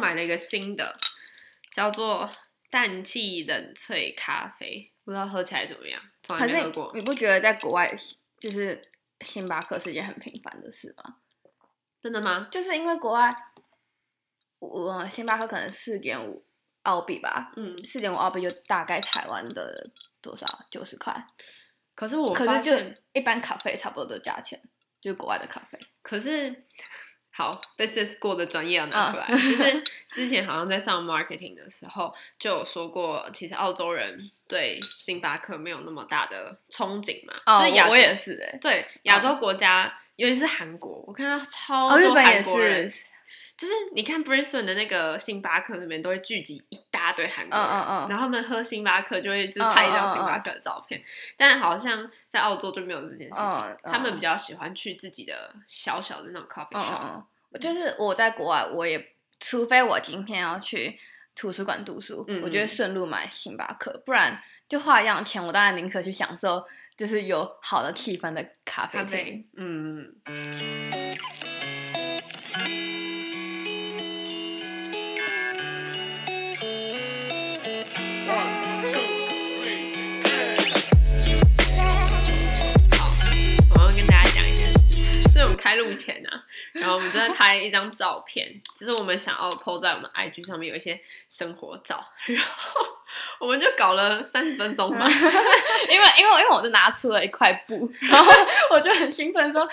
买了一个新的，叫做氮气冷萃咖啡，不知道喝起来怎么样，从来可没是喝你过。你不觉得在国外就是星巴克是一件很平凡的事吗？真的吗？就是因为国外，我呃星巴克可能四点五澳币吧，嗯，四点五澳币就大概台湾的多少九十块，可是我可发是就现，一般咖啡差不多的价钱，就是国外的咖啡。可是。好，business 过的专业要拿出来。嗯就是之前好像在上 marketing 的时候就有说过，其实澳洲人对星巴克没有那么大的憧憬嘛。哦，就是亚我我洲也是哎、对亚洲国家，尤其是韩国，我看到超哦，日多本韩也国人，是，就是你看 Brisbane 的那个星巴克那边都会聚集一大堆韩国嗯人，嗯嗯，然后他们喝星巴克就会就是拍一张星巴克的照片，但好像在澳洲就没有这件事情，嗯嗯他们比较喜欢去自己的小小的那种 coffee 嗯 shop，、嗯嗯，就是我在国外，我也除非我今天要去图书馆读书，嗯我就会嗯顺路买星巴克，不然就花一样钱，我当然宁可去享受就是有好的气氛的咖啡咖厅。啡，嗯。哦好，我要跟大家讲一件事，所以我们开录前啊，然后我们就在拍一张照片， 就是我们想要 PO 在我们 IG 上面有一些生活照，然后我们就搞了三十分钟吧， 因为因为因为我就拿出了一块布，然后我就很兴奋说，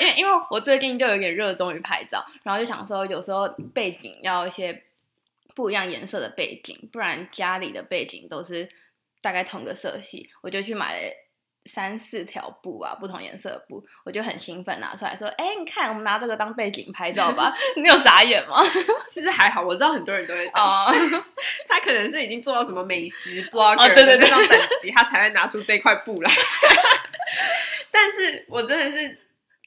因为因为我最近就有点热衷于拍照，然后就想说有时候背景要一些不一样颜色的背景，不然家里的背景都是大概同个色系，我就去买了。三四条布啊，不同颜色的布，我就很兴奋拿出来说：“哎、你看，我们拿这个当背景拍照吧。” 你有傻眼吗？其实还好，我知道很多人都会这样， 哦， 他可能是已经做到什么美食哦 blogger 对的对那对种等级，他才会拿出这块布来。 但是我真的是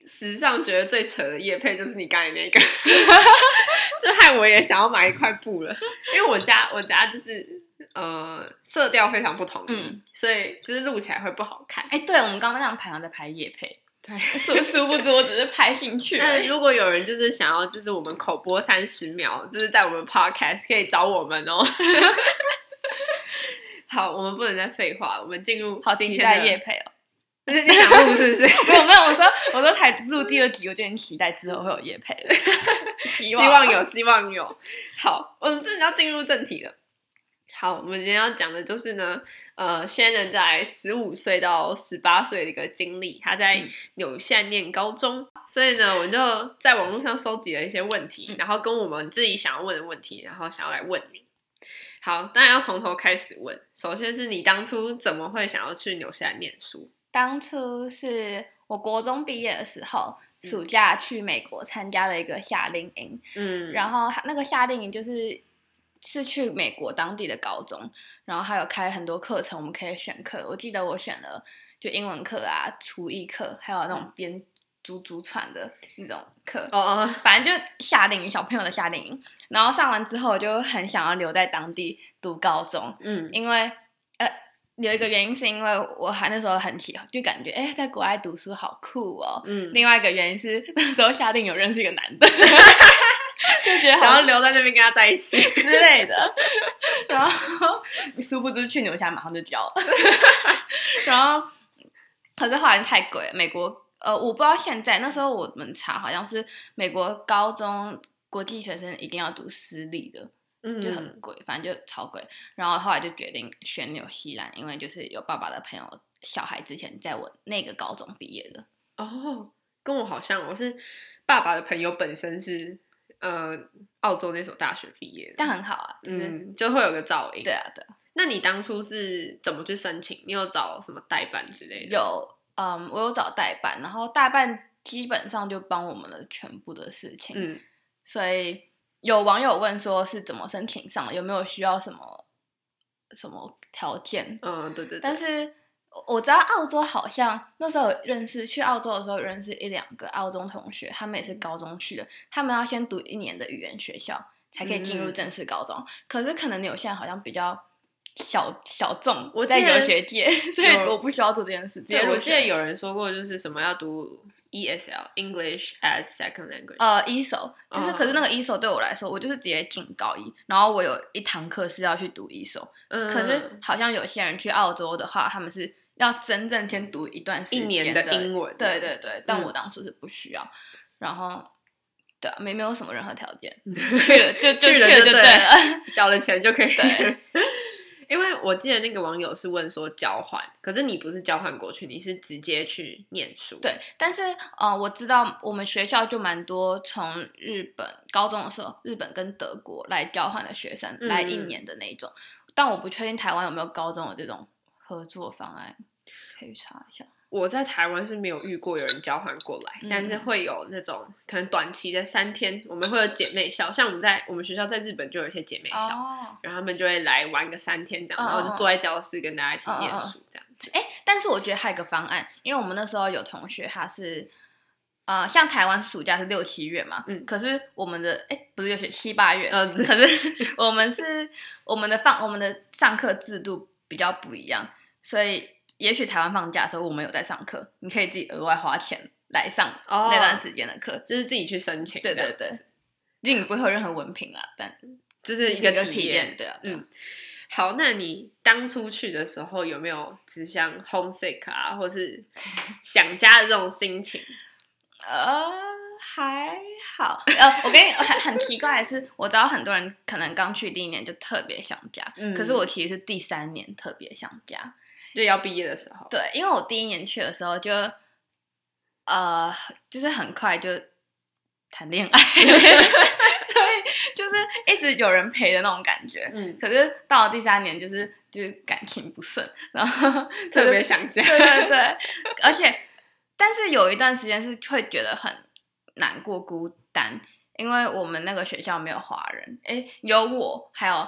史上觉得最扯的叶配就是你刚才那个， 就害我也想要买一块布了，因为我家我家就是呃色调非常不统一，嗯所以就是录起来会不好看。哎、对，我们刚刚那样拍，好像在拍夜配，对，殊殊不知我只是拍兴趣而那已。如果有人就是想要，就是我们口播三十秒，就是在我们 podcast 可以找我们 哦。好，我们不能再废话了，我们进入好今期天待的 夜 配哦。你你想录是不是？ 没有没有，我说我说才录第二集，我就很期待之后会有夜配了， 希希望望有，希望 有。好，我们真的要进入正题了。好，我们今天要讲的就是呢，呃，Shannon 在十五岁到十八岁的一个经历，他在嗯纽西兰念高中，所以呢，我们就在网络上收集了一些问题，嗯然后跟我们自己想要问的问题，然后想要来问你。好，当然要从头开始问。首先是你当初怎么会想要去纽西兰念书？当初是我国中毕业的时候，嗯暑假去美国参加了一个夏令营，嗯然后那个夏令营就是是去美国当地的高中，然后还有开很多课程，我们可以选课。我记得我选了就英文课啊、厨艺课，还有那种编竹竹船的那种课。哦哦，反正就夏令营，小朋友的夏令营。然后上完之后，我就很想要留在当地读高中，嗯因为呃，有一个原因是因为我还那时候很喜欢，就感觉哎，在国外读书好酷哦。嗯，另外一个原因是那时候夏令有认识一个男的， 就觉得想好要留在那边跟他在一 起。之 类的。然后殊不知去纽西兰马上就 交了，然后可是后来太贵了，美国呃我不知道现在那时候我们查好像是美国高中。国际学生一定要读私立的，嗯就很贵，反正就超贵。然后后来就决定选纽西兰，因为就是有爸爸的朋友小孩之前在我那个高中毕业的，哦，跟我好像，我是爸爸的朋友，本身是呃澳洲那所大学毕业的，但很好啊，就是、嗯，就会有个噪音。对，啊，对啊。那你当初是怎么去申请？你有找什么代办之类的？有，嗯，我有找代办，然后代办基本上就帮我们了全部的事情。，嗯所以有网友问说是怎么申请上的，有没有需要什么什么条件？嗯，对对对，但是我我知道澳洲好像那时候有认识去澳洲的时候有认识一两个澳洲同学，他们嗯也是高中去的，他们要先读一年的语言学校才可以进入嗯正式高中。可是可能纽西兰好像比较小小众，我在记得留学界，所以 有我不需要做这件事。直接对入我记得学有人说过，就是什么要读 ESL English as Second Language。呃，ESO，就是哦可是那个 ESO 对我来说，我就是直接进高一，然后我有一堂课是要去读 ESO，嗯可是好像有些人去澳洲的话，他们是要真正先读一段时一间年的的英文对对对，但嗯我当初是不需要，然后对啊，没没有什么任何条 件，去了就就去了了就就对了，交了 钱就可以。对，因为我记得那个网友是问说交换，可是你不是交换过去，你是直接去念书。 对，但是呃，我知道我们学校就蛮多从日本高中的时候，日本跟德国来交换的学生，来一嗯年的那一种。但我不确定台湾有没有高中的这种合作方案，可以查一下。我在台湾是没有遇过有人交换过来，嗯但是会有那种可能短期的三天，我们会有姐妹校，像我们在我们学校在日本就有一些姐妹校。哦，然后他们就会来玩个三天这样，嗯然后就坐在教室跟大家一起念书这样。哎，但是我觉得还有一个方案，因为我们那时候有同学他是。呃，像台湾暑假是六七月嘛，嗯可是我们的哎、不是六七七八月，呃可是 我们是我们的放我们的上课制度比较不一样，所以也许台湾放假的时候我们有在上课，你可以自己额外花钱来上哦那段时间的课。就是自己去申请，对对，对，就你不会有任何文凭啦，但就是一就个是一个体体验验，。对啊，对啊嗯，好，那你当初去的时候有没有只像 homesick 啊，或是想家的这种心情？呃，还 好。呃，我跟你很很奇怪的是，我知道很多人可能刚去第一年就特别想家，嗯可是我其实是第三年特别想家。就要毕业的时候，对，因为我第一年去的时候就，呃，就是很快就谈恋 爱，所以就是一直有人陪的那种感觉。嗯，可是到了第三年，就是就是感情不顺，然后 特就是别想家。对对对， 而且，但是有一段时间是会觉得很难过、孤单，因为我们那个学校没有华人，诶，有我，还有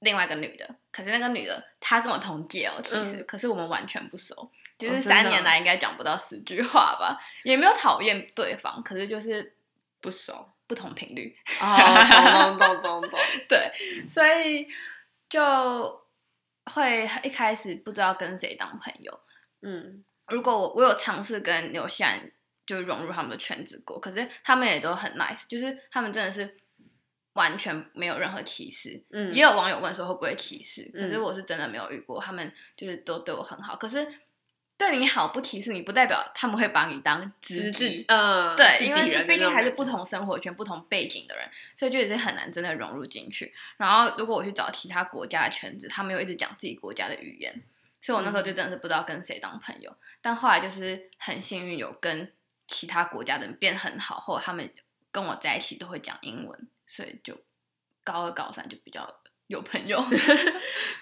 另外一个女的。可是那个女的她跟我同届哦，其实，可是我们完全不熟，就哦真的是三年哦来应该讲不到十句话吧，也没有讨厌对方，可是就是不熟不同频率， 哦，懂懂懂懂懂，对，所以就会一开始不知道跟谁当朋友。 嗯，如果我我有尝试跟纽西兰就融入他们的圈子过，可是他们也都很 nice，就是他们真的是完全没有任何歧视。嗯也有网友问说会不会歧视，可是嗯我是真的没有遇过，他们就是都对我很好。可是对你好不歧视你，不代表他们会把你当呃只知是己。嗯，对，自己因为人就的毕竟那种还是感不同生活圈、不同背景的人，所以就也是很难真的融入进去。然后如果我去找其他国家的圈子，他们又一直讲自己国家的语言，所以我那时候就嗯真的是不知道跟谁当朋友。但后来就是很幸运有跟其他国家的人变很好，或者他们跟我在一起都会讲英文，所以就高二高三就比较有 朋友。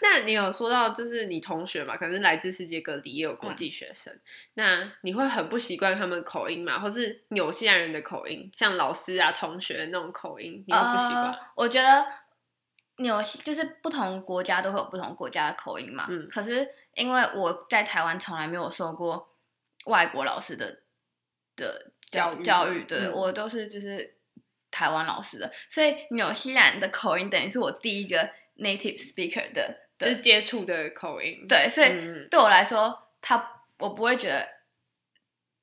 那你有说到，就是你同学嘛，可能来自世界各地，也有国际学生，那你会很不习惯他们口音嘛，或是纽西兰人的口音，像老师啊、同学的那种口音，你会不习惯？呃我觉得纽西就是不同国家都会有不同国家的口音嘛。嗯可是因为我在台湾从来没有受过外国老师的的教教育教育，对、嗯我都是就是台湾老师的，所以纽西兰的口音等于是我第一个 native speaker 的就的是接触的口音，，对，所以嗯，对我来说，他我不会觉得，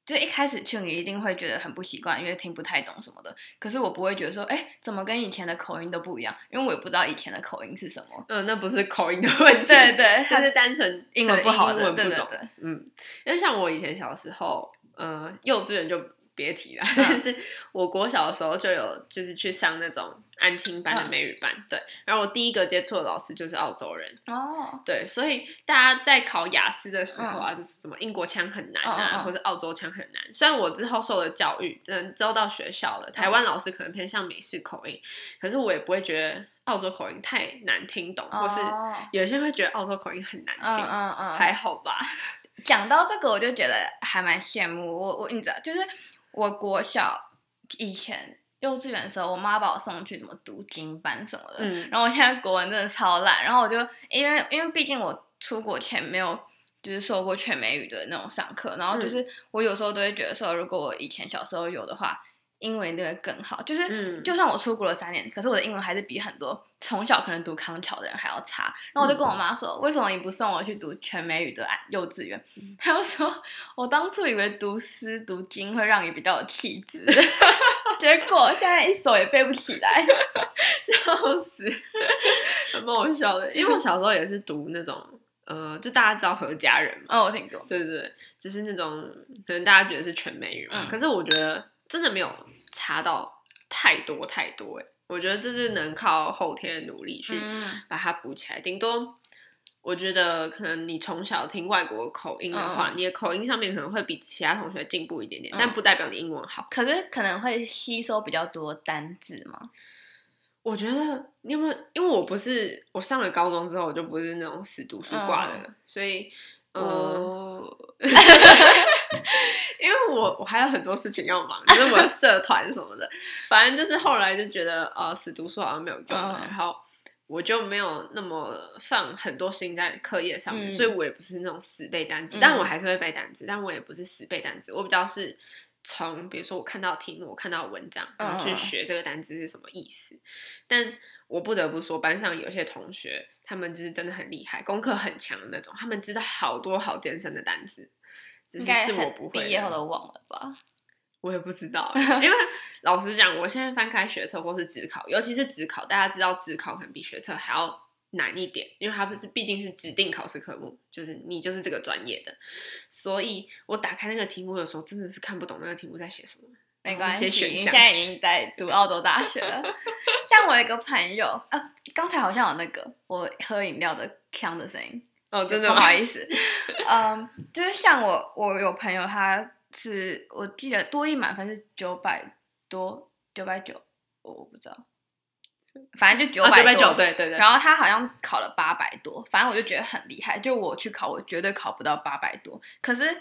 就一开始去你一定会觉得很不习惯，因为听不太懂什么的。可是我不会觉得说，哎，怎么跟以前的口音都不一样？因为我也不知道以前的口音是什么。嗯，那不是口音的问题，对，对， 就他是单纯英文不好可的，能英文不对懂，对对，嗯，因为像我以前小时候，呃，幼稚园就别提了，但嗯是我国小的时候就有就是去上那种安亲班的嗯美语班，对，然后我第一个接触的老师就是澳洲人，哦，对，所以大家在考雅思的时候啊，就是什么英国腔很难啊，嗯嗯嗯或者澳洲腔很难。虽然我之后受的教育，嗯，之后到学校了，嗯台湾老师可能偏向美式口音，可是我也不会觉得澳洲口音太难听懂，或是哦有些人会觉得澳洲口音很难嗯听，嗯嗯，还好 吧？讲到这个，我就觉得还蛮羡慕我我你知道，就是我国小以前幼稚园的时候，我妈把我送去什么读经班什么的，嗯然后我现在国文真的超烂，然后我就因为因为毕竟我出国前没有就是受过嗯全美语的那种上课，然后就是我有时候都会觉得说，如果我以前小时候有的话，英文一定会更好。就是、嗯就算我出国了三年，可是我的英文还是比很多从小可能读康桥的人还要差。然后我就跟嗯我妈说，为什么你不送我去读全美语的啊幼稚园？嗯 她就说，我当初以为读诗读经会让你比较有气质。 结果现在一手也背不起 来，笑死， 很好笑的。因为我小时候也是读那种，呃，就大家知道何家人嘛，哦，我听过，对对对，就是那种可能大家觉得是全美语嘛，嗯可是我觉得真的没有差到太多太多哎、我觉得这是能靠后天的努力去嗯，把它补起来，顶多。我觉得可能你从小听外国口音的话，嗯你的口音上面可能会比其他同学进步一点点，嗯但不代表你英文好。可是可能会吸收比较多单字嘛，我觉得你有没有？因为我不是我上了高中之后，我就不是那种死读书挂的，嗯所以呃，哦 因为我我还有很多事情要忙，就是我的社团什么的， 反正就是后来就觉得呃，死读书好像没有用了，嗯然后。我就没有那么放很多心在课业上面，嗯所以我也不是那种死背单词，嗯但我还是会背单词，但我也不是死背单词，我比较是从比如说我看到题目，我看到文章，然后去嗯学这个单词是什么意思。但我不得不说，班上有些同学，他们就是真的很厉害，功课很强的那种，他们知道好多好艰深的单词，只应是该是我很不会。哦毕业后都忘了吧？我也不知 道，因为老实讲，我现在翻开学测或是职考，尤其是职考，大家知道职考可能比学测还要难一点，因为它不是毕竟是指定考试科目，就是你就是这个专业的，所以我打开那个题目有时候真的是看不懂那个题目在写什么。没关系，一些选你项现在已经在读澳洲大学 了。像我有一个朋友，呃，刚才好像有那个我喝饮料的呛的声音，哦，真的不吗？好 意思。嗯，就是像我，我有朋友他是，我记得多一满分是九百多，九百九，我我不知道，反正就 九啊百990对对对。哦然后他好像考了八百多，反正我就觉得很厉害。就我去考，我绝对考不到八百多。可是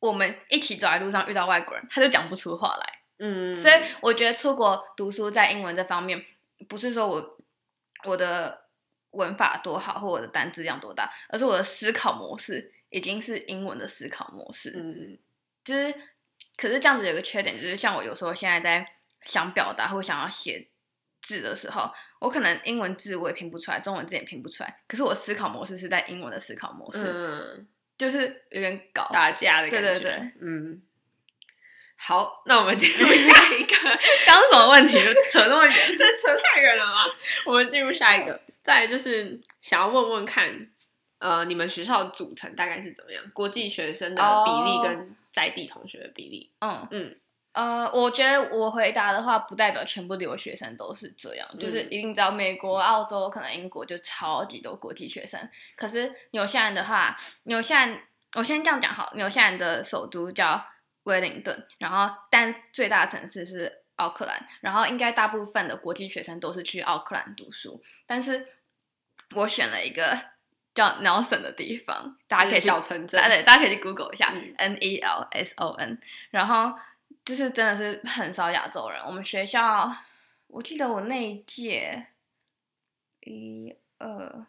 我们一起走在路上遇到外国人，他就讲不出话来。嗯，所以我觉得出国读书在英文这方面，不是说我我的文法多好或我的单词量多大，而是我的思考模式已经是英文的思考模式。嗯，就是，可是这样子有个缺点，就是像我有时候现在在想表达或想要写字的时候，我可能英文字我也拼不出来，中文字也拼不出来，可是我思考模式是在英文的思考模式，嗯，就是有点搞。打架的感觉，对对对，嗯。好，那我们进入下一 个，刚刚什么 问题？扯那哦么远？这扯太远了吧？我们进入下一个，再来就是想要问问看，呃，你们学校的组成大概是怎么样？国际学生的比例哦跟在地同学的比例？嗯嗯嗯，呃，我觉得我回答的话，不代表全部留学生都是这样，就是嗯一定知道美国、澳洲，可能英国就超级多国际学生。可是纽西兰的话，纽西兰我先这样讲好，纽西兰的首都叫威灵顿，然后但最大的城市是奥克兰，然后应该大部分的国际学生都是去奥克兰读书，但是我选了一个叫 Nelson 的地方，大家可以去小城镇大，家对，大家可以去 Google 一下、嗯 N E L S O N，然后就是真的是很少亚洲人。我们学校，我记得我那一届，一二，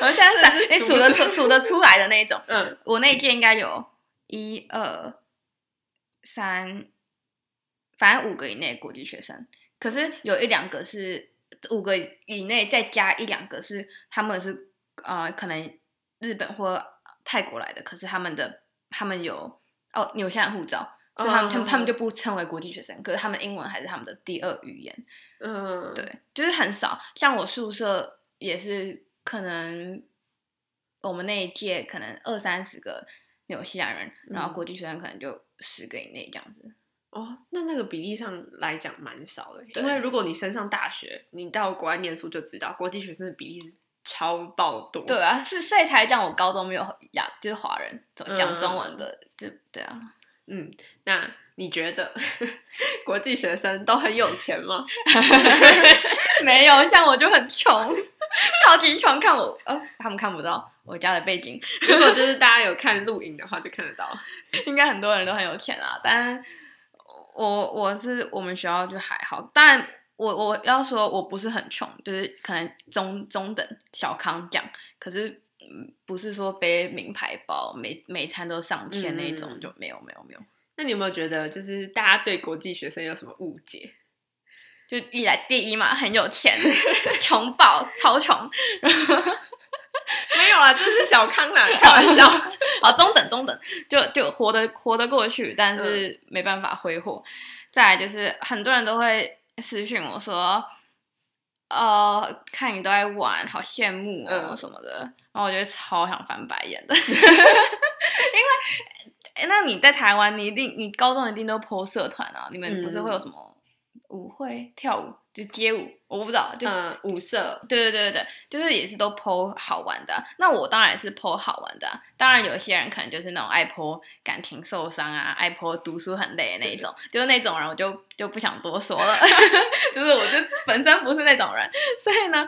我现在真的想，是你数数不得出出数得出来的那一种。嗯，我那一届应该有一二三，反正五个以内的国际学生，可是有一两个是五个以内，再加一两个是他们是呃可能日本或泰国来的，可是他们的他们有哦纽西兰护照。所以他们、他们他们就不称为国际学生，可是他们英文还是他们的第二语言。嗯，对，就是很少。像我宿舍也是，可能我们那一届可能二三十个纽西兰人，然后嗯国际学生可能就十个以内这样子。哦，那那个比例上来讲蛮少的，对因为如果你升上大学，你到国外念书就知道，国际学生的比例是超爆多，对啊，是所以才这样。我高中没有亚，就是华人嗯讲中文的，对对啊。嗯，那你觉得 国际学生都很有钱吗？ 没有，像我就很穷， 超级穷。看我，呃，他们看不到我家的背景，如果就是大家有看录影的话，就看得到。应该很多人都很有钱啊，但我我是我们学校就还好，但我我要说我不是很穷，就是可能中中等小康这样，可是嗯不是说背名牌包，每每餐都上千那种、嗯就没有没有没有，那你有没有觉得，就是大家对国际学生有什么误解？就一来第一嘛，很有钱，穷爆，超穷， 没有啦，这是小康啦，开玩笑。啊，中等中等，就就活得活得过去，但嗯是没办法挥霍。再来就是很多人都会私讯我说，呃，看你都在玩，好羡慕哦嗯什么的，然后我觉得超想翻白眼 的，因为。诶那你在台湾，你一定你高中一定都 PO 社团啊？你们不是嗯会有什么舞会、跳舞就街舞？我不知道，就嗯，五色，对对对对，对，就是也是都剖好玩的啊、那我当然也是剖好玩的啊、当然有些人可能就是那种爱剖感情受伤啊，爱剖读书很累的那一种，就是那种人我就就不想多说了， 就是我就本身不是那种人，所以呢。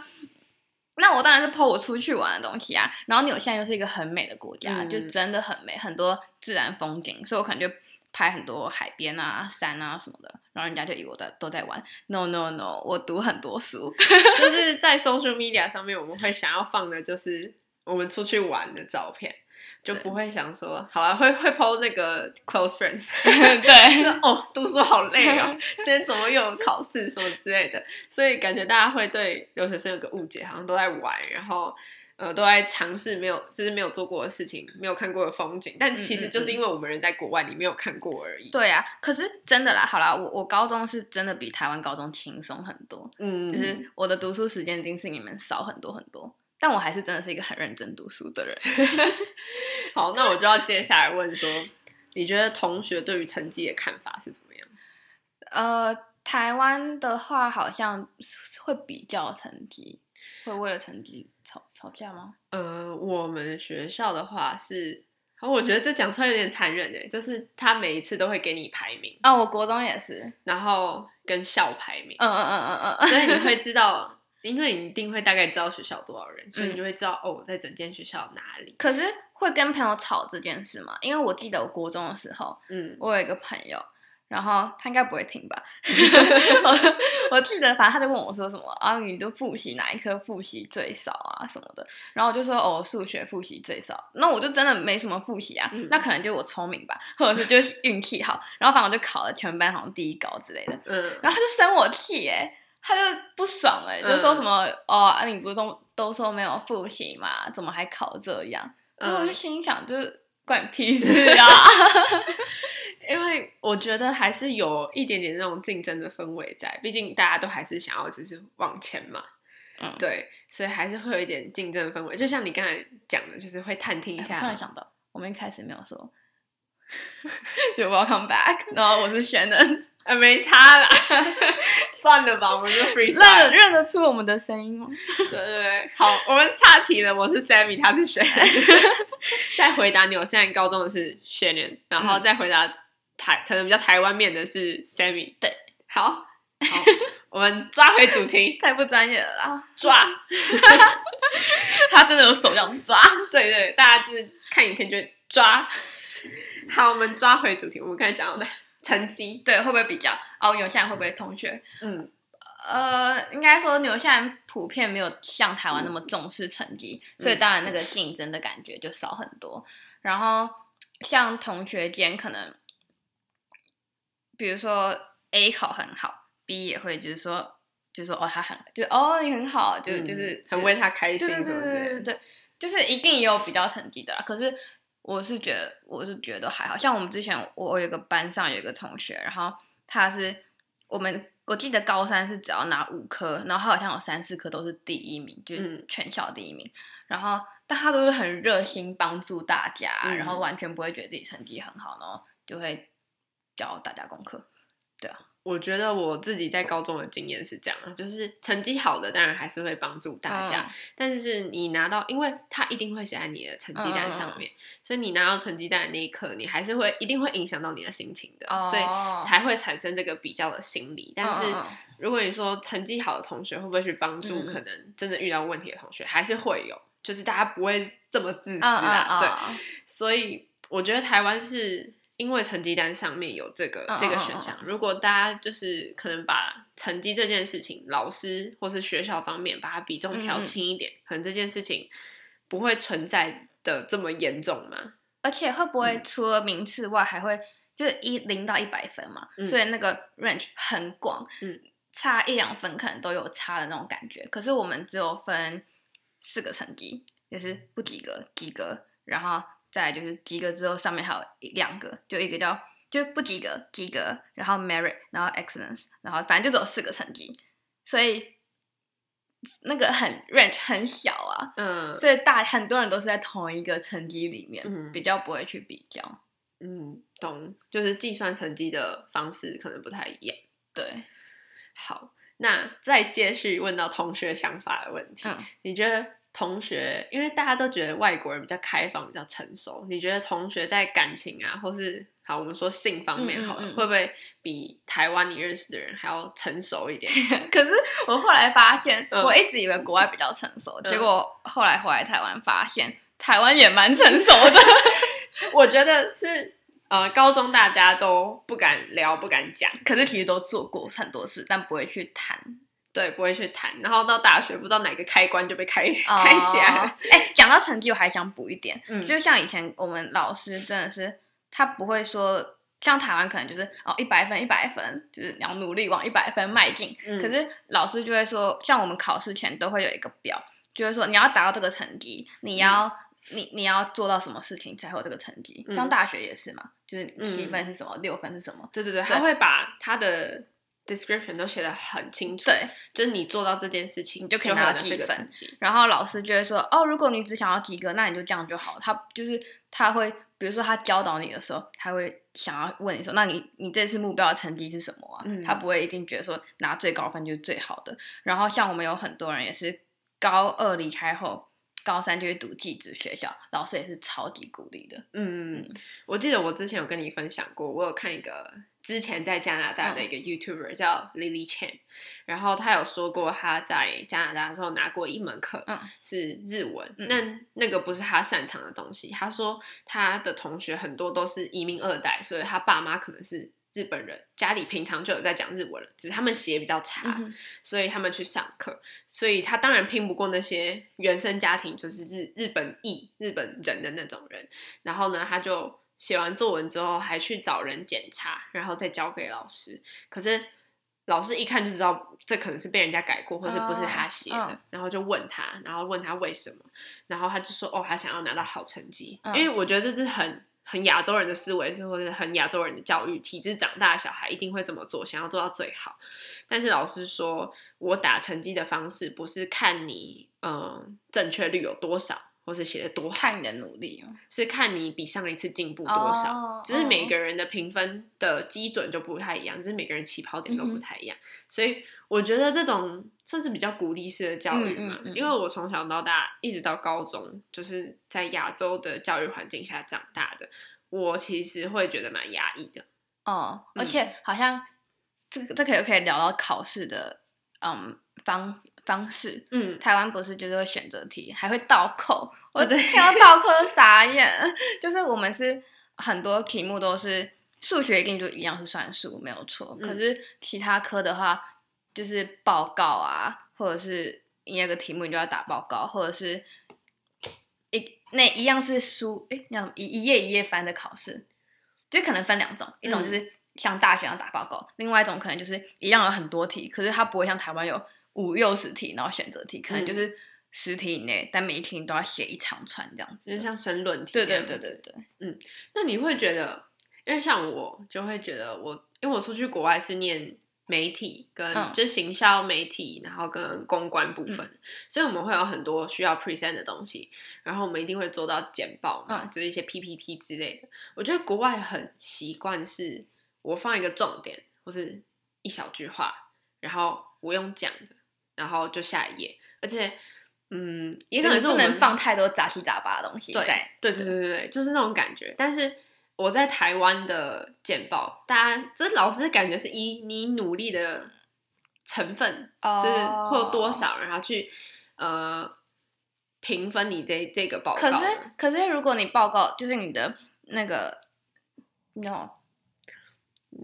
那我当然是剖我出去玩的东西啊，然后纽西兰又是一个很美的国家，嗯就真的很美，很多自然风景，所以我可能就拍很多海边啊、山啊什么的，然后人家就以为我在都在玩。No No No，我读很多书，就是在 social media 上面，我们会想要放的就是我们出去玩的照片，就对不会想说，好啊了，会会 PO 那个 close friends，就 对， 哦，读书好累 哦，今天怎么又有考试什么之类的，所以感觉大家会对留学生有个误解，好像都在玩，然后呃都在尝试没有就是没有做过的事情，没有看过的风景，但其实就是因为我们人在国外，你没有看过而已。对啊，可是真的啦，好啦，我我高中是真的比台湾高中轻松很多，嗯，就就是是我的读书时间一定是你们少很多很多，但我还是真的是一个很认真读书的人。好，那我就要接下来问说，你觉得同学对于成绩的看法是怎么样？呃，台湾的话好像会比较成绩，会为了成绩吵吵架吗？呃，我们学校的话是。然后我觉得这讲出来有点残忍诶，就是他每一次都会给你排名，啊、我国中也是，然后跟校排名，嗯嗯嗯嗯嗯， 所以你会知道，因为你一定会大概知道学校多少人，所以你就会知道、哦，在整间学校哪里。可是会跟朋友吵这件事吗？因为我记得我国中的时候，嗯，我有一个朋友，然后他应该不会听 吧？我我记得，反正他就问我说什么啊，你都复习哪一科复习最少啊什么的，然后我就说哦，数学复习最少。那我就真的没什么复习啊，嗯那可能就我聪明吧，或者是就是运气好，然后反正我就考了全班好像第一高之类的，嗯，然后他就生我气哎、他就不爽哎、就说什么、嗯哦，啊你不是都都说没有复习嘛，怎么还考这样？然后我就嗯，心想，就是关你屁事 啊！因为我觉得还是有一点点那种竞争的氛围在，毕竟大家都还是想要就是往前嘛。嗯对，所以还是会有一点竞争的氛围。就像你刚才讲的，就是会探听一哎下。我突然想到，我们一开始没有 说，就 Welcome back，然后我是轩人，呃，没差啦， 算了吧，我们 就 free 认 style 得。认得出我们的声音吗？对对对，好，我们岔题了。我是 Sammy，他是 Shannon。再回答你，我现在高中的是 Shannon，然后嗯再回答台、可能比较台湾面的是 Sammy。对，好，好我们抓回主 题，太不专业了啦！抓。他真的有手这样抓， 对对，大家就是看影片就会抓。好，我们抓回主题，我们刚才讲到的成绩。对，会不会比较？哦，纽西兰会不会同学？嗯呃，应该说纽西兰普遍没有像台湾那么嗯重视成绩，所以当然那个竞争的感觉就少很多。然后像同学间可能，比如说 A 考很好，B 也会就是说，就说哦他很就哦你很好，就、就是嗯很就为他开心对对什对么之类对的。对对，就是一定也有比较成绩的啦。可是我是觉得，我是觉得还好像我们之前我我有个班上有一个同学，然后他是我们我记得高三是只要拿五科，然后他好像有三四科都是第一名，就是嗯全校第一名。然后但他都是很热心帮助大家，嗯然后完全不会觉得自己成绩很好，然后就会教大家功课。我觉得我自己在高中的经验是这样啊，就是成绩好的当然还是会帮助大家，嗯但是你拿到，因为它一定会写在你的成绩单嗯上面，所以你拿到成绩单的那一刻，你还是会一定会影响到你的心情的，所以才会产生这个比较的心理。但是哦嗯嗯嗯如果你说成绩好的同学会不会去帮助嗯嗯可能真的遇到问题的同学，还是会有，就是大家不会这么自私嗯啦，嗯对，嗯，所以我觉得台湾是因为成绩单上面有这个嗯这个嗯选项，如果大家就是可能把成绩这件事情，老师或是学校方面把它比重调嗯轻一点，可能这件事情不会存在的这么严重嘛。嗯而且会不会除了名次外，还会就是一零到一百分嘛，嗯所以那个 range 很广，嗯，差一两分可能都有差的那种感觉。可是我们只有分四个成绩，就是不及格、及格，然后再来就是及格之后上面还有一两个，就一个叫就不及格、及格，然后 merit，然后 excellence，然后反正就只有四个成绩，所以那个很 range 很小啊，嗯所以大很多人都是在同一个成绩里面，嗯比较不会去比较。嗯，懂，就是计算成绩的方式可能不太一样。对，好，那再接续问到同学想法的问题，嗯你觉得同学，因为大家都觉得外国人比较开放、比较成熟，你觉得同学在感情啊，或是好，我们说性方面好了，嗯嗯嗯会不会比台湾你认识的人还要成熟一点？ 可是我后来发现，嗯我一直以为国外比较成熟，嗯结果后来回来台湾发现，台湾也蛮成熟的。我觉得是。呃，高中大家都不敢聊，不敢讲， 可是其实都做过很多事，但不会去谈。对，不会去谈。然后到大学，不知道哪个开关就被开、开起来了。哦。哎、讲到成绩，我还想补一点，嗯就像以前我们老师真的是，他不会说。像台湾可能就是哦一百分一百分，就是你要努力往一百分迈进。嗯可是老师就会说，像我们考试前都会有一个表，就会说你要达到这个成绩，你要、你你要做到什么事情才会有这个成绩。嗯像大学也是嘛，就是嗯七分是什么，六、分是什么。对对对，他会把他的 description 都写的很清楚，，对，就是你做到这件事情，你就可以会拿有到这个积分成绩。嗯然后老师就会说，哦，如果你只想要及格，那你就这样就好。他就是他会，比如说他教导你的时候，他会想要问你说，那你你这次目标的成绩是什么啊？嗯他不会一定觉得说拿最高分就是最好的。然后像我们有很多人也是高二离开后，高三就去读寄宿学校，老师也是超级鼓励的。嗯，我记得我之前有跟你分享过，我有看一个之前在加拿大的一个 YouTuber 叫 Lily Chen，然后他有说过他在加拿大的时候拿过一门课嗯是日文，嗯那那个不是他擅长的东西。他说他的同学很多都是移民二代，所以他爸妈可能是日本人，家里平常就有在讲日文了，只是他们写比较差。嗯哼所以他们去上课，所以他当然拼不过那些原生家庭，就是日日本裔日本人的那种人。然后呢，他就写完作文之后，还去找人检查，然后再交给老师。可是老师一看就知道，这可能是被人家改过，或者不是他写的，哦嗯然后就问他，然后问他为什么，然后他就说：“哦，他想要拿到好成绩。嗯因为我觉得这是很。很亚洲人的思维是，或者是很亚洲人的教育体制长大的小孩一定会这么做，想要做到最好。但是老师说，我打成绩的方式不是看你嗯正确率有多少，或是写的多好，看你的努力嘛，是看你比上一次进步多少。哦只是每哦个人的评分的基准就不太一样，就是每个人起跑点都嗯不太一样，所以我觉得这种算是比较鼓励式的教育嘛。嗯嗯嗯因为我从小到大一直到高中，就是在亚洲的教育环境下长大的，我其实会觉得蛮压抑的。哦，而嗯且好像这个这个也可以聊到考试的，嗯，方方式。嗯，台湾不是就是会选择题，还会倒扣。我哦对听到倒扣就傻眼， 就是我们是很多题目都是数学一定就一样是算数，没有错。嗯可是其他科的话，就是报告啊，或者是你有个题目你就要打报告，或者是一那一样是书，诶，那叫什么一一页一页翻的考试，就可能分两种，一嗯种就是像大学一样打报告，另外一种可能就是一样有很多题，可是它不会像台湾有五六十题，然后选择题，嗯可能就是十题以内，但每一题你都要写一长串这样子就是的。像申论题，对对对对。对，那你会觉得，因为像我就会觉得我，因为我出去国外是念媒体跟、嗯就是行销媒体，然后跟公关部分，所以我们会有很多需要 present 的东西，然后我们一定会做到简报嘛，嗯就是一些 PPT 之类的。我觉得国外很习惯是我放一个重点或是一小句话，然后我用讲的，然后就下一页，而且。嗯，也可能是就我不们能放太多杂七杂八的东西对在。对对对对对，就是那种感觉。但是我在台湾的简报，大家就是老师感觉是以你努力的成分哦是或有多少，然后去呃评分你这这个报告。可是可是如果你报告就是你的那个，no 对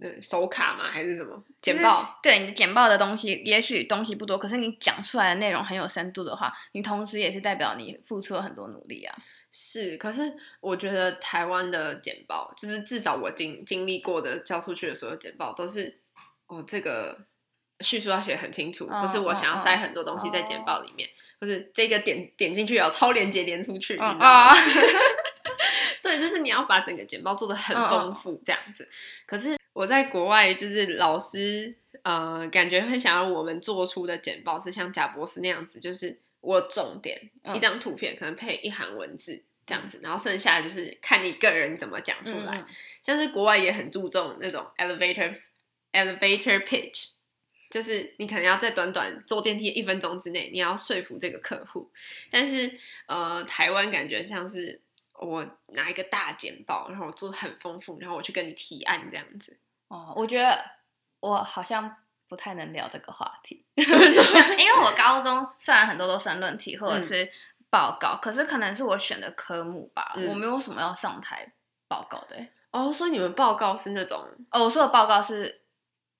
嗯手卡吗？还是什么简报？，对你的简报的东西，也许东西不多，可是你讲出来的内容很有深度的话，你同时也是代表你付出了很多努力啊。是，可是我觉得台湾的简报，就是至少我经经历过的交出去的所有简报，都是哦这个叙述要写得很清楚，嗯哦或是我想要塞很多东西在简报里面，或是这个点点进去也要超连接连出去，你知道吗？啊， 对，就是你要把整个简报做的很嗯丰富这样子。可是我在国外，就是老师呃，感觉会想要我们做出的简报是像贾博士那样子，就是我有重点嗯一张图片，可能配一行文字这样子，然后剩下的就是看你个人怎么讲出来。嗯像是国外也很注重那种 elevator elevator pitch。就是你可能要在短短坐电梯一分钟之内，你要说服这个客户。但是呃，台湾感觉像是我拿一个大简报，然后我做的很丰富，然后我去跟你提案这样子。 哦，我觉得我好像不太能聊这个话题， 因为我高中虽然很多都申论题或者是报告，可是可能是我选的科目吧，嗯我没有什么要上台报告的欸、哦，所以你们报告是那种哦，我说的报告是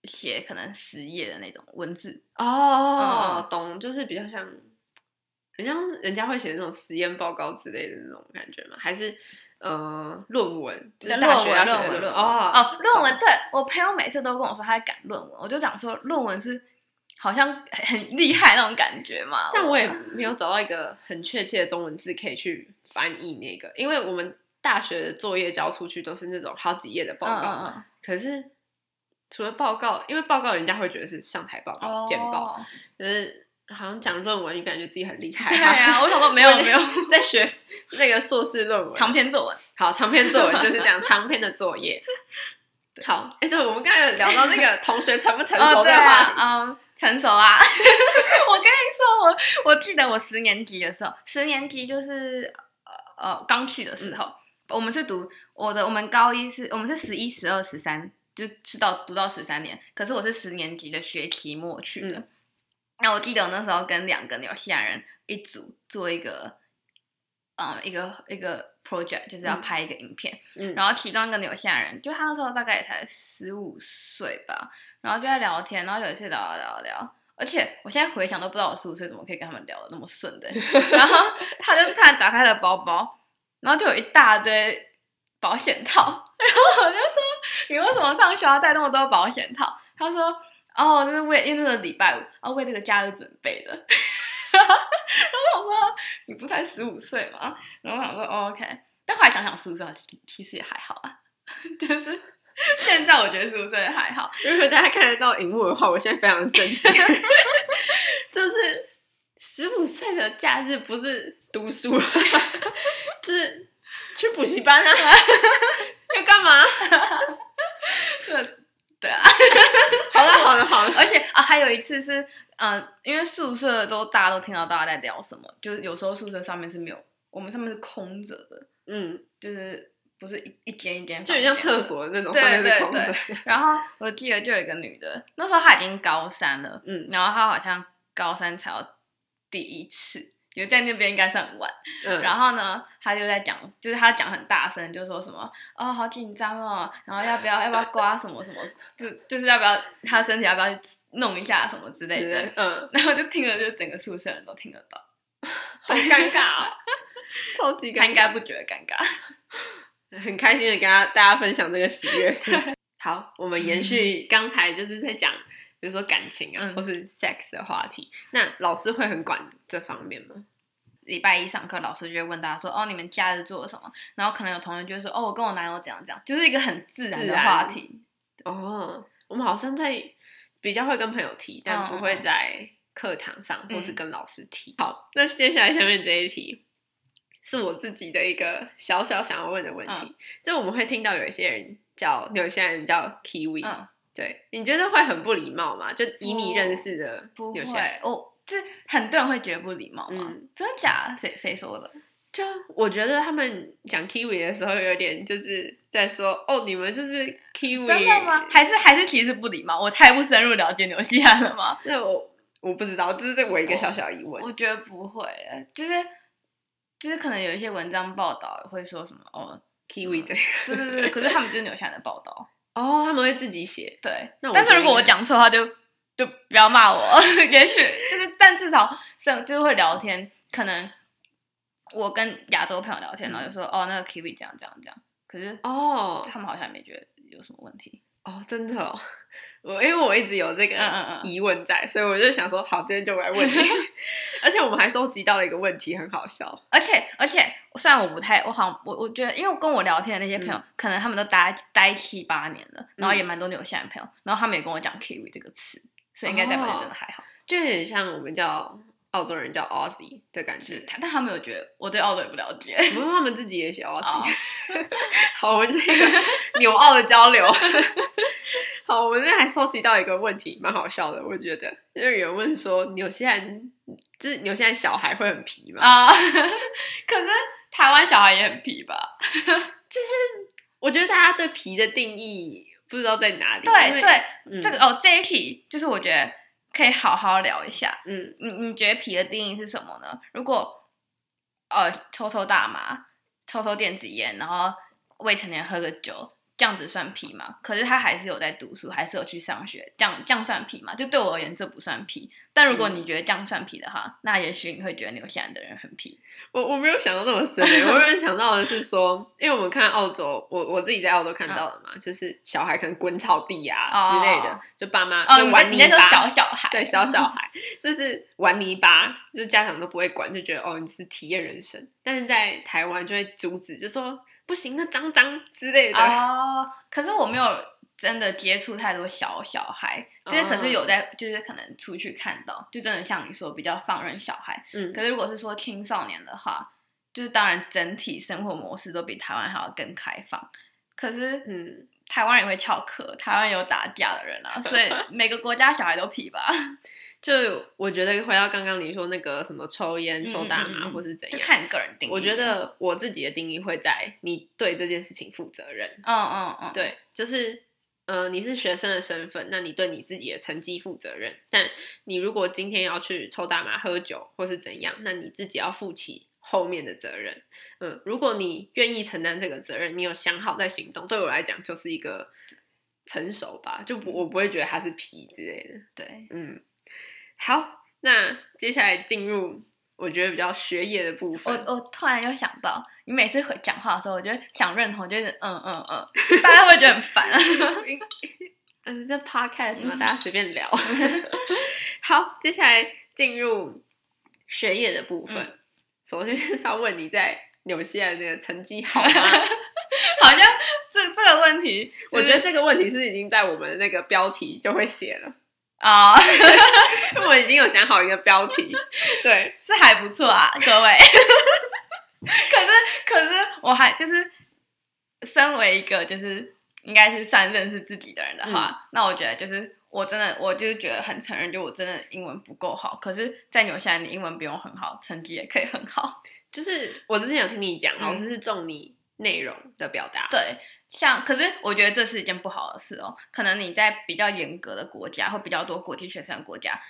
写可能十页的那种文字，哦，嗯懂，就是比较像，很像人家会写那种实验报告之类的那种感觉吗？还是呃论文？就是论大学要文写的论文论文哦哦，论文，对我朋友每次都跟我说他在赶论文，我就讲说论文是好像很厉害那种感觉嘛，但我也没有找到一个很确切的中文字可以去翻译那个，因为我们大学的作业交出去都是那种好几页的报告嘛，嗯嗯嗯可是除了报告，因为报告人家会觉得是上台报告、简报，哦可是好像讲论文，你感觉自己很厉害、对啊，我想说没有 没有在学 那个硕士论文，长篇作文。好长篇作文就是这 样，长篇的作业。好，哎、对，我们刚才有聊到那个同学成不成熟的哦对话啊题，，嗯，成熟 啊！我跟你说，我我记得我十年级的时候，十年级就是呃呃刚去的时候，嗯我们是读我的，我们高一是我们是十一、十二、十三，就是到读到十三年，可是我是十年级的学期末去的。嗯那我记得我那时候跟两个纽西兰人一组做一个，嗯，一个一个 project，就是要嗯拍一个影片。嗯，然后其中一个纽西兰人，就他那时候大概也才十五岁吧，然后就在聊天，然后有一次聊啊聊啊聊，而且我现在回想都不知道我十五岁怎么可以跟他们聊的那么顺的，然后他就突然打开了包包，然后就有一大堆保险套， 然后我就说你为什么上学要带那么多保险套？他说哦，那是为因为那个礼拜五，然后为这个假日准备的。 然后我想说你不才十五岁吗？然后我想说、哦、OK，但后来想想十五岁好像其实也还好啊， 就是现在我觉得十五岁还好，如果大家看得到荧幕的话，我现在非常震 惊，就是十五岁的假日不是读书， 就是去补习班啊，要干嘛？ 对啊。 好了好了好了，而且啊，还有一次是，嗯、因为宿舍都大家都听到大家在聊什么，就是有时候宿舍上面是没有，我们上面是空着的，嗯，就是不是一一间一间，就很像厕。所的那种，对上面是对空着对， 然后我记得就有一个女的，那时候她已经高三了，嗯然后她好像高三才要第一次，就在那边应该是很晚。嗯，然后呢，他就在讲，就是他讲很大声，就说什么哦，好紧张哦，然后要不要要不要刮什么什 么，就就是要不要他身体要不要去弄一下什么之类之类的。的嗯， 然后就听了，就整个宿舍人都听得 到，好尴尬 哦，超级他尴应尬该，不觉得尴尬。很开心的跟大家大家分享这个喜悦，是 不是？好，我们延续刚才就是在讲，比如说感情啊，嗯或是 sex 的话题，那老师会很管这方面吗？礼拜一上课，老师就会问大家说：“哦，你们假日做了什么？”然后可能有同学就会说：“哦，我跟我男友怎样怎样。”就是一个很自然自的然话题。哦，我们好像在比较会跟朋友提，但不会在课堂上嗯或是跟老师提。好，那接下来下面这一题是我自己的一个小小想要问的问题，嗯就我们会听到有一些人叫有些人叫 kiwi，、嗯，对，你觉得会很不礼貌吗？就以你认识的不有些人，会，我哦这很多人会觉得不礼貌吗？嗯真的假的？谁谁说的？就我觉得他们讲 kiwi 的时候，有点就是在说哦，你们就是 kiwi，真的吗？还是还是其实是不礼貌？我太不深入了解纽西兰了吗？那我我不知道，这是我一个小小疑问。 我觉得不会，就是就是可能有一些文章报道会说什么哦， kiwi 的对对对，可是他们就是纽西兰的报道，哦，他们会自己写，对。那我但是觉得如果我应该讲错的话就，就不要 骂我，也许就是，但至少是就是会聊天，可能我跟亚洲朋友聊天，然后就说哦，那个 kiwi 这样这样这样，可是哦他们好像也没觉得有什么问题。哦，真的哦，我因为我一直有这个嗯嗯嗯，疑问在，所以我就想说，好，今天就来问 你。而且我们还收集到了一个问题，很好笑。而且而且，虽然我不太，我好像我我觉得，因为跟我聊天的那些朋友，嗯可能他们都待待七八年了，然后也蛮多纽西兰朋友，然后他们也跟我讲 kiwi 这个词，所以应该代表就真哦的还好。就有点像我们叫澳洲人叫 Aussie 的感是觉，他，但他们有觉得我对澳洲也不了解。不过他们自己也写 Aussie。哦好，我们这 个纽澳的交流。 好，我们这边还收集到一个问题，蛮好笑的，我觉得，就是有人问说，纽西兰就是纽西兰小孩会很皮吗？啊、可是台湾小孩也很皮吧？我觉得大家对皮的定义不知道在哪里。因对为，对，嗯、这个哦，这一题就是我觉得可以好好聊一下。嗯，你你觉得皮的定义是什么呢？如果呃抽抽大麻、抽抽电子烟，然后未成年喝个酒，这样子算皮吗？可是他还是有在读书，还是有去上学，这样这样算皮吗？就对我而言，这不算皮。但如果嗯你觉得这样算皮的话，那也许你会觉得纽西兰的人很皮。我我没有想到那么深、欸，我原本想到的是说，因为我们看澳洲，我我自己在澳洲看到的嘛，就是小孩可能滚草地啊、之类的嗯哦，就爸妈哦，就你在玩你泥在说巴，小小孩，对小小孩就是玩泥巴，就家长都不会管，就觉得哦你是体验人生，但是在台湾就会阻止，就说不行，那脏脏之类的。哦，可是我没有真的接触太多小小孩，嗯就是可是有在，就是可能出去看到，就真的像你说比较放任小孩。嗯，可是如果是说青少年的话，就是当然整体生活模式都比台湾还要更开放。可是，嗯，台湾也会翘课，台湾有打架的 人啊，所以每个国家小孩都皮吧，就我觉得回到刚刚你说那个什么抽烟、抽大麻、嗯嗯嗯嗯或是怎就样，看你个人定义。我觉，得我自己的定义会在你对这件事情负责任。嗯嗯嗯，对，就是呃，你是学生的身份，那你对你自己的成绩负责任。但你如果今天要去抽大麻、喝酒或是怎样，那你自己要负起后面的责任。嗯，如果你愿意承担这个责任，你有想好再行动，对我来讲就是一个成熟吧，就不我不会觉得他是皮之类的。对，嗯，好，那接下来进入我觉得比较学业的部我分。我突然又想到，你每次会讲话的时候，我就想认同，就是嗯嗯 嗯，大家会觉得很烦、嗯，这 podcast 嘛，大家随便聊。 好，接下来进入学业的部分。嗯首先是要问你在纽西兰的成绩好吗？ 好像这这个问题，我觉得这个问题是已经在我们那个标题就会写了， 啊、因为我已经有想好一个标题。 对，是还不错啊，各位。 可是可是我还就是，身为一个就是应该是算认识自己的人的话，那我觉得就是我真的我就是觉得很承认，就我真的英文不够好。可是，在纽西兰，你英文不用很好，成绩也可以很好。就是我之前有听你讲，嗯老师是重你内容的表达。对，像可是我觉得这是一件不好的事哦。可能你在比较严格的国家，或比较多国际学生的国家，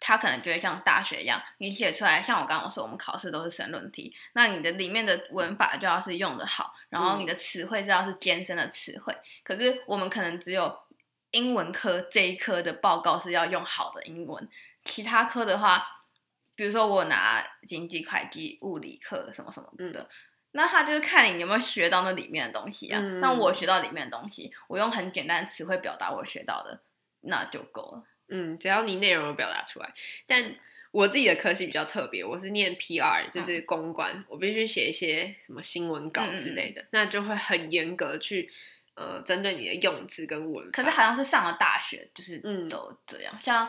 他可能就会像大学一样，你写出来，像我刚刚说，我们考试都是申论题，那你的里面的文法就要是用的好，然后你的词汇是要是艰深的词汇。可是我们可能只有英文科这一科的报告是要用好的英文，其他科的话，比如说我拿经济、会计、物理课什么什么的，那他就是看你有没有学到那里面的东西啊。嗯那我学到里面的东西，我用很简单的词汇表达我学到的，那就够了。嗯，只要你内容有表达出来。但我自己的科系比较特别，我是念 PR，就是嗯公关，我必须写一些什么新闻稿嗯之类的，那就会很严格去呃针对你的用字跟文法。可是好像是上了大学，就是嗯都这样。像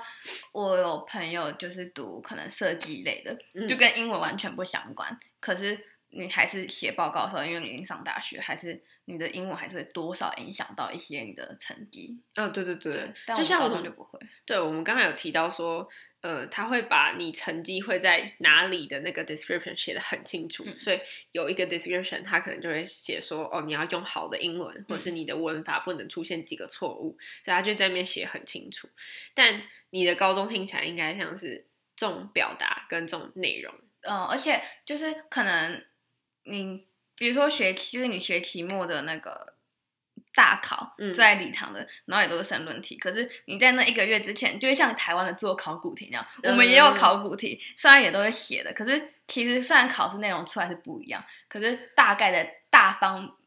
我有朋友就是读可能设计类的，嗯就跟英文完全不相关。可是你还是写报告的时候，因为你已经上大学，还是你的英文还是会多少影响到一些你的成绩。嗯、对对对，但就我像高我中就们不会。对我们刚才有提到说，呃，他会把你成绩会在哪里的那个 description 写的很清楚，嗯所以有一个 description，他可能就会写说，哦，你要用好的英文，或是嗯你的文法不能出现几个错误，所以他就在那边写很清楚。但你的高中听起来应该像是重表达跟重内容，嗯，而且就是可能你比如说学题，就是你学题目的那个大考，嗯在礼堂的，然后也都是申论题。可是你在那一个月之前，就会像台湾的做考古题那样，我们也有考古题，虽然也都会写的，可是其实虽然考试内容出来是不一样，可是大概的大方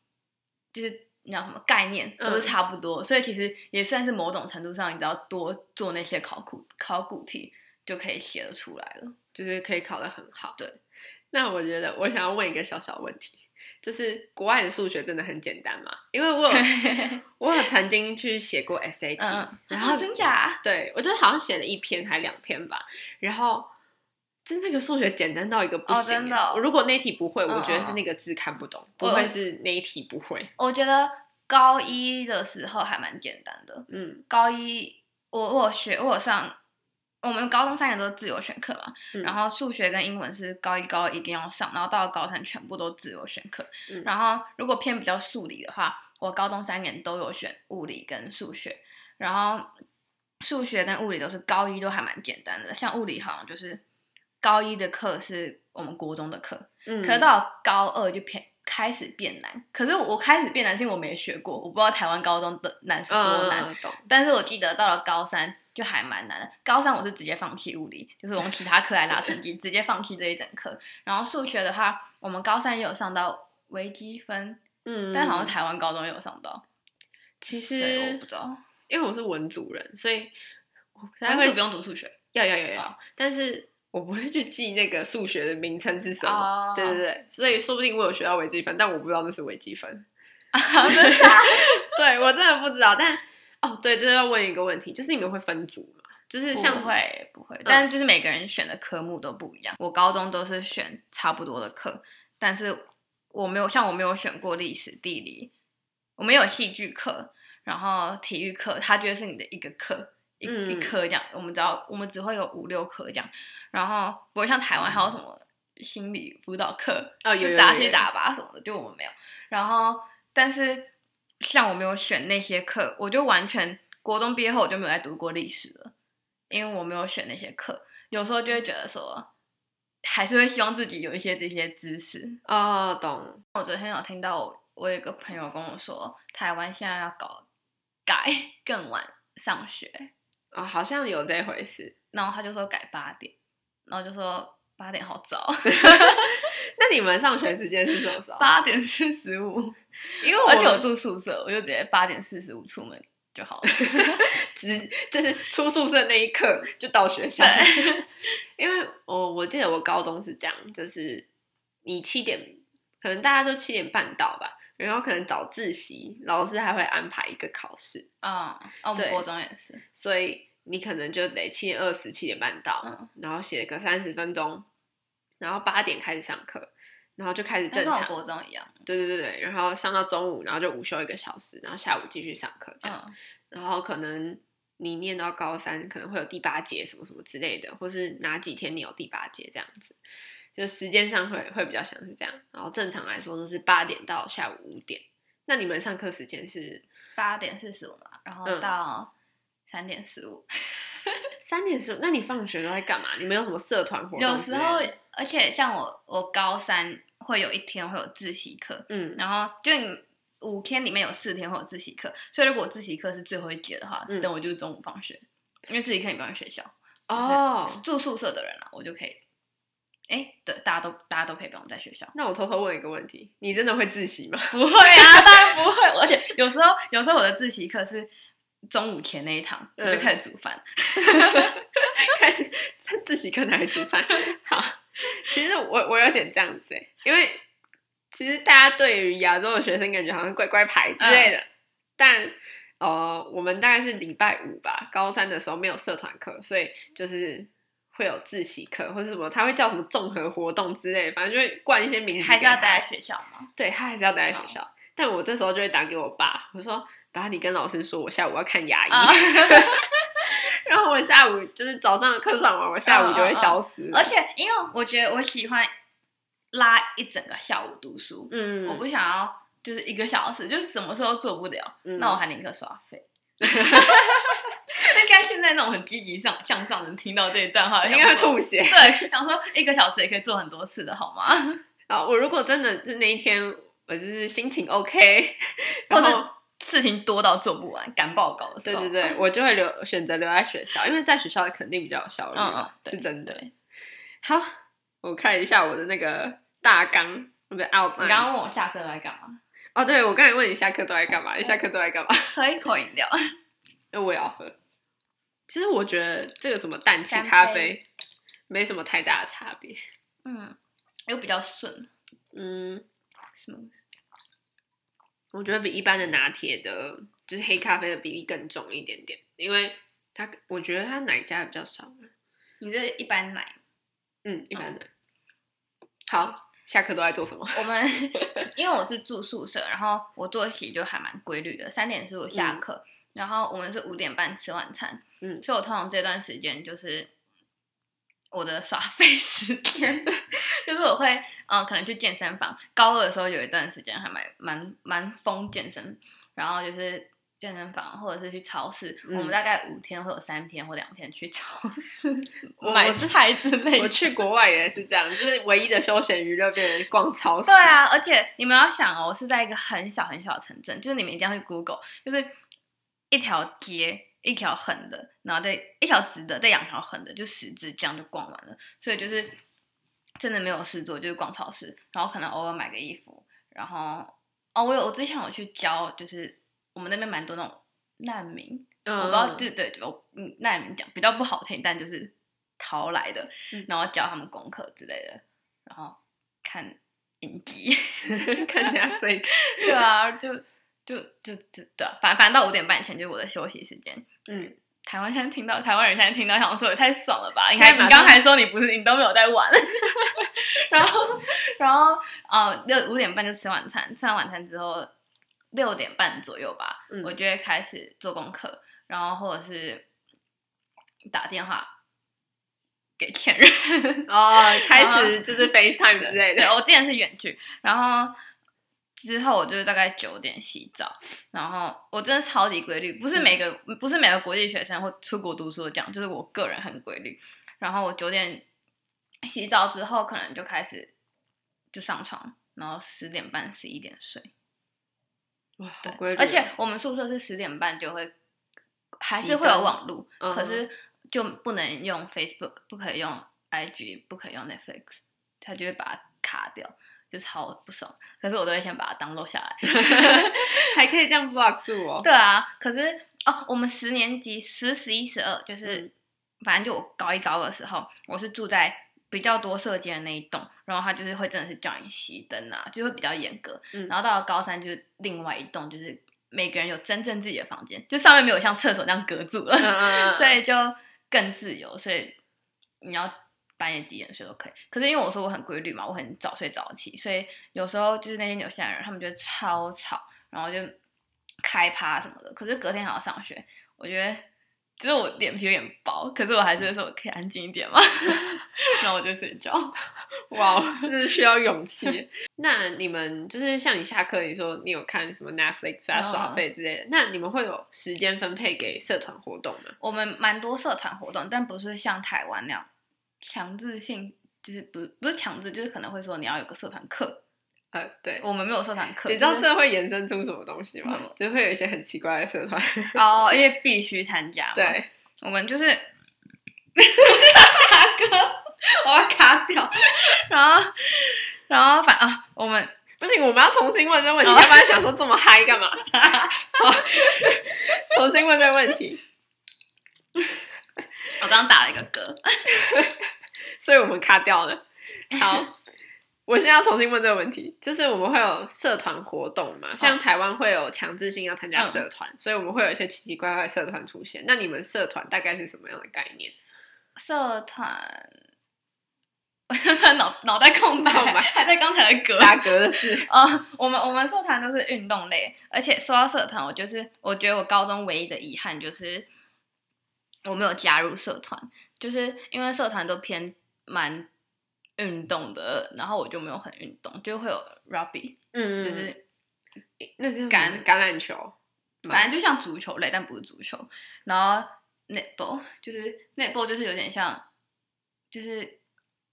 就是你知道什么概念都是差不多，所以其实也算是某种程度上，你只要多做那些考古考古题就可以写得出来了。就是可以考得很好。对， 那我觉得我想要问一个小小问题，就是国外的数学真的很简单嘛？因为 我有我有曾经去写过 SAT，、 嗯，然后真假？对我就好像写了一篇还两篇吧，然后。就那个数学简单到一个不哦行、欸真的哦我如果那题不会，我嗯觉得嗯是那个字看不懂，我不会是那一题不会。我觉得高一的时候还蛮简单的，嗯高一我我有学我有上，我们高中三年都是自由选课嘛，嗯然后数学跟英文是高一高二一定要上，然后到了高三全部都自由选课。嗯然后如果偏比较数理的话，我高中三年都有选物理跟数学，然后数学跟物理都是高一都还蛮简单的，像物理好像就是高一的课是我们国中的课，嗯，可是到了高二就偏开始变难。可是我开始变难，是因为我没学过，我不知道台湾高中的难是多难。嗯懂但是我记得到了高三就还蛮难的。高三我是直接放弃物理，就是我们其他课来拿成绩，直接放弃这一整课。然后数学的话，我们高三也有上到微积分，嗯，但好像台湾高中也有上到。其谁我实不知道，因为我是文组人，所以我不太文会组不用读 数学 要要要哦要，但是我不会去记那个数学的名称是什么。哦对对对，所以说不定我有学到微积分，但我不知道那是微积分。真的啊 对我真的不知道，但哦，对，这要问一个问题，就是你们会分组吗？就是像嗯不会不会，但就是每个人选的科目都不一样。我高中都是选差不多的课，但是我没有像我没有选过历史、地理，我们有戏剧课，然后体育课，它就会是你的一个课。一嗯一科这样，我们只要我们只会有五六科这样，然后不会像台湾还有什么心理辅导课，哦有有就有杂有七有杂八什么的，就我们没有。然后，但是像我没有选那些课，我就完全国中毕业后我就没有再读过历史了，因为我没有选那些课。有时候就会觉得说，还是会希望自己有一些这些知识。哦，懂，我昨天有听到我我有一个朋友跟我说，台湾现在要搞改更晚上学，哦，好像有这回事。然后他就说改八点，然后就说八点好早， 那你们上学时间是什么时候？八点四十五。因为我而且我住宿舍，我就直接八点四十五出门就好 了。直 就是出宿舍那一刻就到学校对， 因为我我记得我高中是这样，就是你七点，可能大家都七点半到吧，然后可能早自习，老师还会安排一个考试，啊、哦，我们对国中也是，所以你可能就得七点二十、七点半到，嗯然后写个三十分钟，然后八点开始上课，然后就开始哎正那跟我常，国中一样。对对对对，然后上到中午，然后就午休一个小时，然后下午继续上课这样。嗯然后可能你念到高三，可能会有第八节什么什么之类的，或是哪几天你有第八节这样子，就时间上会会比较像是这样。然后正常来说都是八点到下午五点。那你们上课时间是八点四十五嘛，然后嗯到三点十五。三点十五？那你放学都在干嘛？你们有什么社团活动之类有的？时候，而且像我，我高三会有一天会有自习课，嗯然后就你五天里面有四天会有自习课，所以如果我自习课是最后一节的话，嗯等我就是中午放学，因为自习课你不能学校。哦，就是住宿舍的人啊，我就可以。哎，对，大家都大家都可以不用在学校。那我偷偷问一个问题，你真的会自习吗？不会啊，当然不会。而且有时候，有时候我的自习课是中午前那一堂，我嗯就开始煮饭。开始在自习课拿来煮 饭。好，其实我我有点这样子欸因为其实大家对于亚洲的学生感觉好像乖乖牌之类嗯的，但呃，我们大概是礼拜五吧，高三的时候没有社团课，所以就是。会有自习课或者什么，他会叫什么综合活动之类的，反正就会冠一些名字。还是要待在，学校吗？对他还是要待在学校。但我这时候就会打给我爸，我说：“爸，你跟老师说我下午要看牙医。啊 然后我下午就是早上的课上完，我下午就会消失。嗯而且，因为我觉得我喜欢拉一整个下午读书，嗯，我不想要就是一个小时，就是什么时候做不了，嗯那我还宁可耍 废。应该现在那种很积极上向上的人听到这一 段话，应该会想说。吐血。 对，想说一个小时也可以做很多事的好 吗？然后我如果真的是那一天，我就是心情 OK，或哦然者后事情多到做不完，赶报告的时对候，对对，我就会留选择留在学校，因为在学校肯定比较有效率嗯嗯嘛，对是真的对。好，我看一下我的那个大纲，我的 outline。你刚刚问我下课都在干嘛？哦，对我刚才问你下课都在干嘛？你下课都在干嘛？喝一口饮料，那我也要喝。其实我觉得这个什么氮气干咖杯啡没什么太大的差别。嗯，又比较顺，嗯，什么？我觉得比一般的拿铁的，就是黑咖啡的比例更重一点点，因为它我觉得它奶加的比较少。你这一般奶嗯，一般的。好，下课都在做什么？我们因为我是住宿舍，然后我作息就还蛮规律的，三点是我下课，然后我们是五点半吃晚餐，嗯所以我通常这段时间就是我的耍废时间， 就是我会嗯、呃可能去健身房，高二的时候有一段时间还蛮蛮蛮疯健身，然后就是。健身房或者是去超市，嗯我们大概五天会有三天或两天去超市我买我是菜之类的。 我去国外也是这样，就是唯一的休闲娱乐变成逛超市。对，啊，而且你们要想哦，我是在一个很小很小的城镇，就是你们一定要去 Google，就是一条街一条横的，然后再一条直的，再两条横的，就十只这样就逛完了。所以就是真的没有事做，就是逛超市，然后可能偶尔买个衣服，然后哦，我有我之前有去教，就是我们那边蛮多那种难民，嗯我不知道，对对，我嗯，那你讲比较不好听，但就是逃来的嗯，然后教他们功课之类的，然后看 影集，看下飞机。对啊，就就就就对、啊，反反正到五点半以前就是我的休息时间。嗯，台湾现在听到台湾人现在听到，想说也太爽了吧？你现在看你马上刚才说你不是你都没有在 玩，然后然后呃六五点半就吃晚餐，吃完晚餐之后六点半左右吧，嗯我就会开始做功课，然后或者是打电话给前任。哦，开然后始就是 FaceTime 之类对，的。我之前是远距，然后之后我就是大概九点洗澡，然后我真的超级规律，不嗯是每个、不是每个国际学生或出国读书都这样，就是我个人很规律。然后我九点洗澡之后，可能就开始就上床，然后十点半十一点睡。哇，好规律对，哦而且我们宿舍是十点半就会，还是会有网路，熄灯嗯可是就不能用 Facebook，不可以用 IG，不可以用 Netflix，他就会把它卡掉，就超不爽。可是我都会先把它 download 下来。哦还可以这样 block 住哦。对啊，可是哦，我们十年级十、十一、十二，就是、嗯反正就我高一高二的时候，我是住在比较多社间的那一栋，然后他就是会真的是叫你熄灯啊，就会比较严格。嗯然后到了高三就是另外一栋，就是每个人有真正自己的房间，就上面没有像厕所那样隔住了，嗯嗯，嗯 所以就更自由。所以你要半夜几点睡都可以。可是因为我说我很规律嘛，我很早睡早起，所以有时候就是那些纽西兰人，他们就超吵，然后就开趴什么的。可是隔天还要上学，我觉得。其实我脸皮有点薄，可是我还是会说我可以安静一点嘛， 然后我就睡觉。哇，这是需要勇气。 那你们就是像你下课，你说你有看什么 Netflix 啊、嗯耍费之类的，那你们会有时间分配给社团活动吗？我们蛮多社团活动，但不是像台湾那样强制性，就是不不是强制，就是可能会说你要有个社团课。呃，对。我们没有社团课，你知道就是这会衍生出什么东西吗什么？就会有一些很奇怪的社 团，哦，因为必须参加。，对，我们就是大哥，我要卡掉，然后然后反啊，我们 不行，我们要重新问这 个问题，哦要不然想说这么嗨干嘛？好， 重新问这个问题。我刚刚打了一个嗝，所以我们卡掉了。好，我现在要重新问这个问题，就是我们会有社团活动嘛？像台湾会有强制性要参加社团，所以我们会有一些奇奇怪怪的社团出现。那你们社团大概是什么样的概 念？社团。 脑脑袋空白，空白还在刚才的嗝。打嗝的事， 哦，我们我们社团都是运动类，而且说到社团，我就是我觉得我高中唯一的遗憾就是我没有加入社团，就是因为社团都偏蛮运动的，然后我就没有很运动，就会有 rugby，就嗯是、那是橄橄橄榄球，反正就像足球类，但不是足球。然后 netball 就是 netball 就是有点像就是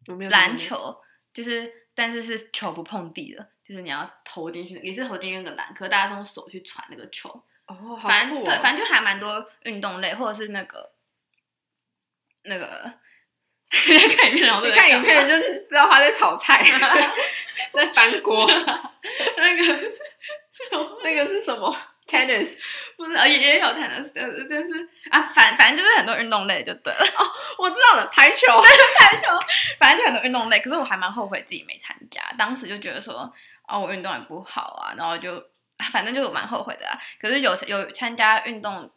我没有篮球，就是但是是球不碰地的，就是你要投进去，也是投进那个篮，可是大家是用手去传那个球。哦，好反酷哦正、对，反正就还蛮多运动类，或者是那个那个 看影片，然后你看影片就就是知道他在炒菜， 在翻 锅。那个 那个是什么？Tennis？不是，呃也也有 tennis，但是就是啊，反反正就是很多运动类就对了， 我知道了，排球。排球，反正就很多运动类。可是我还蛮后悔自己没参加，当时就觉得说啊、我运动也不好啊，然后就啊反正就蛮后悔的啊。可是有有参加运动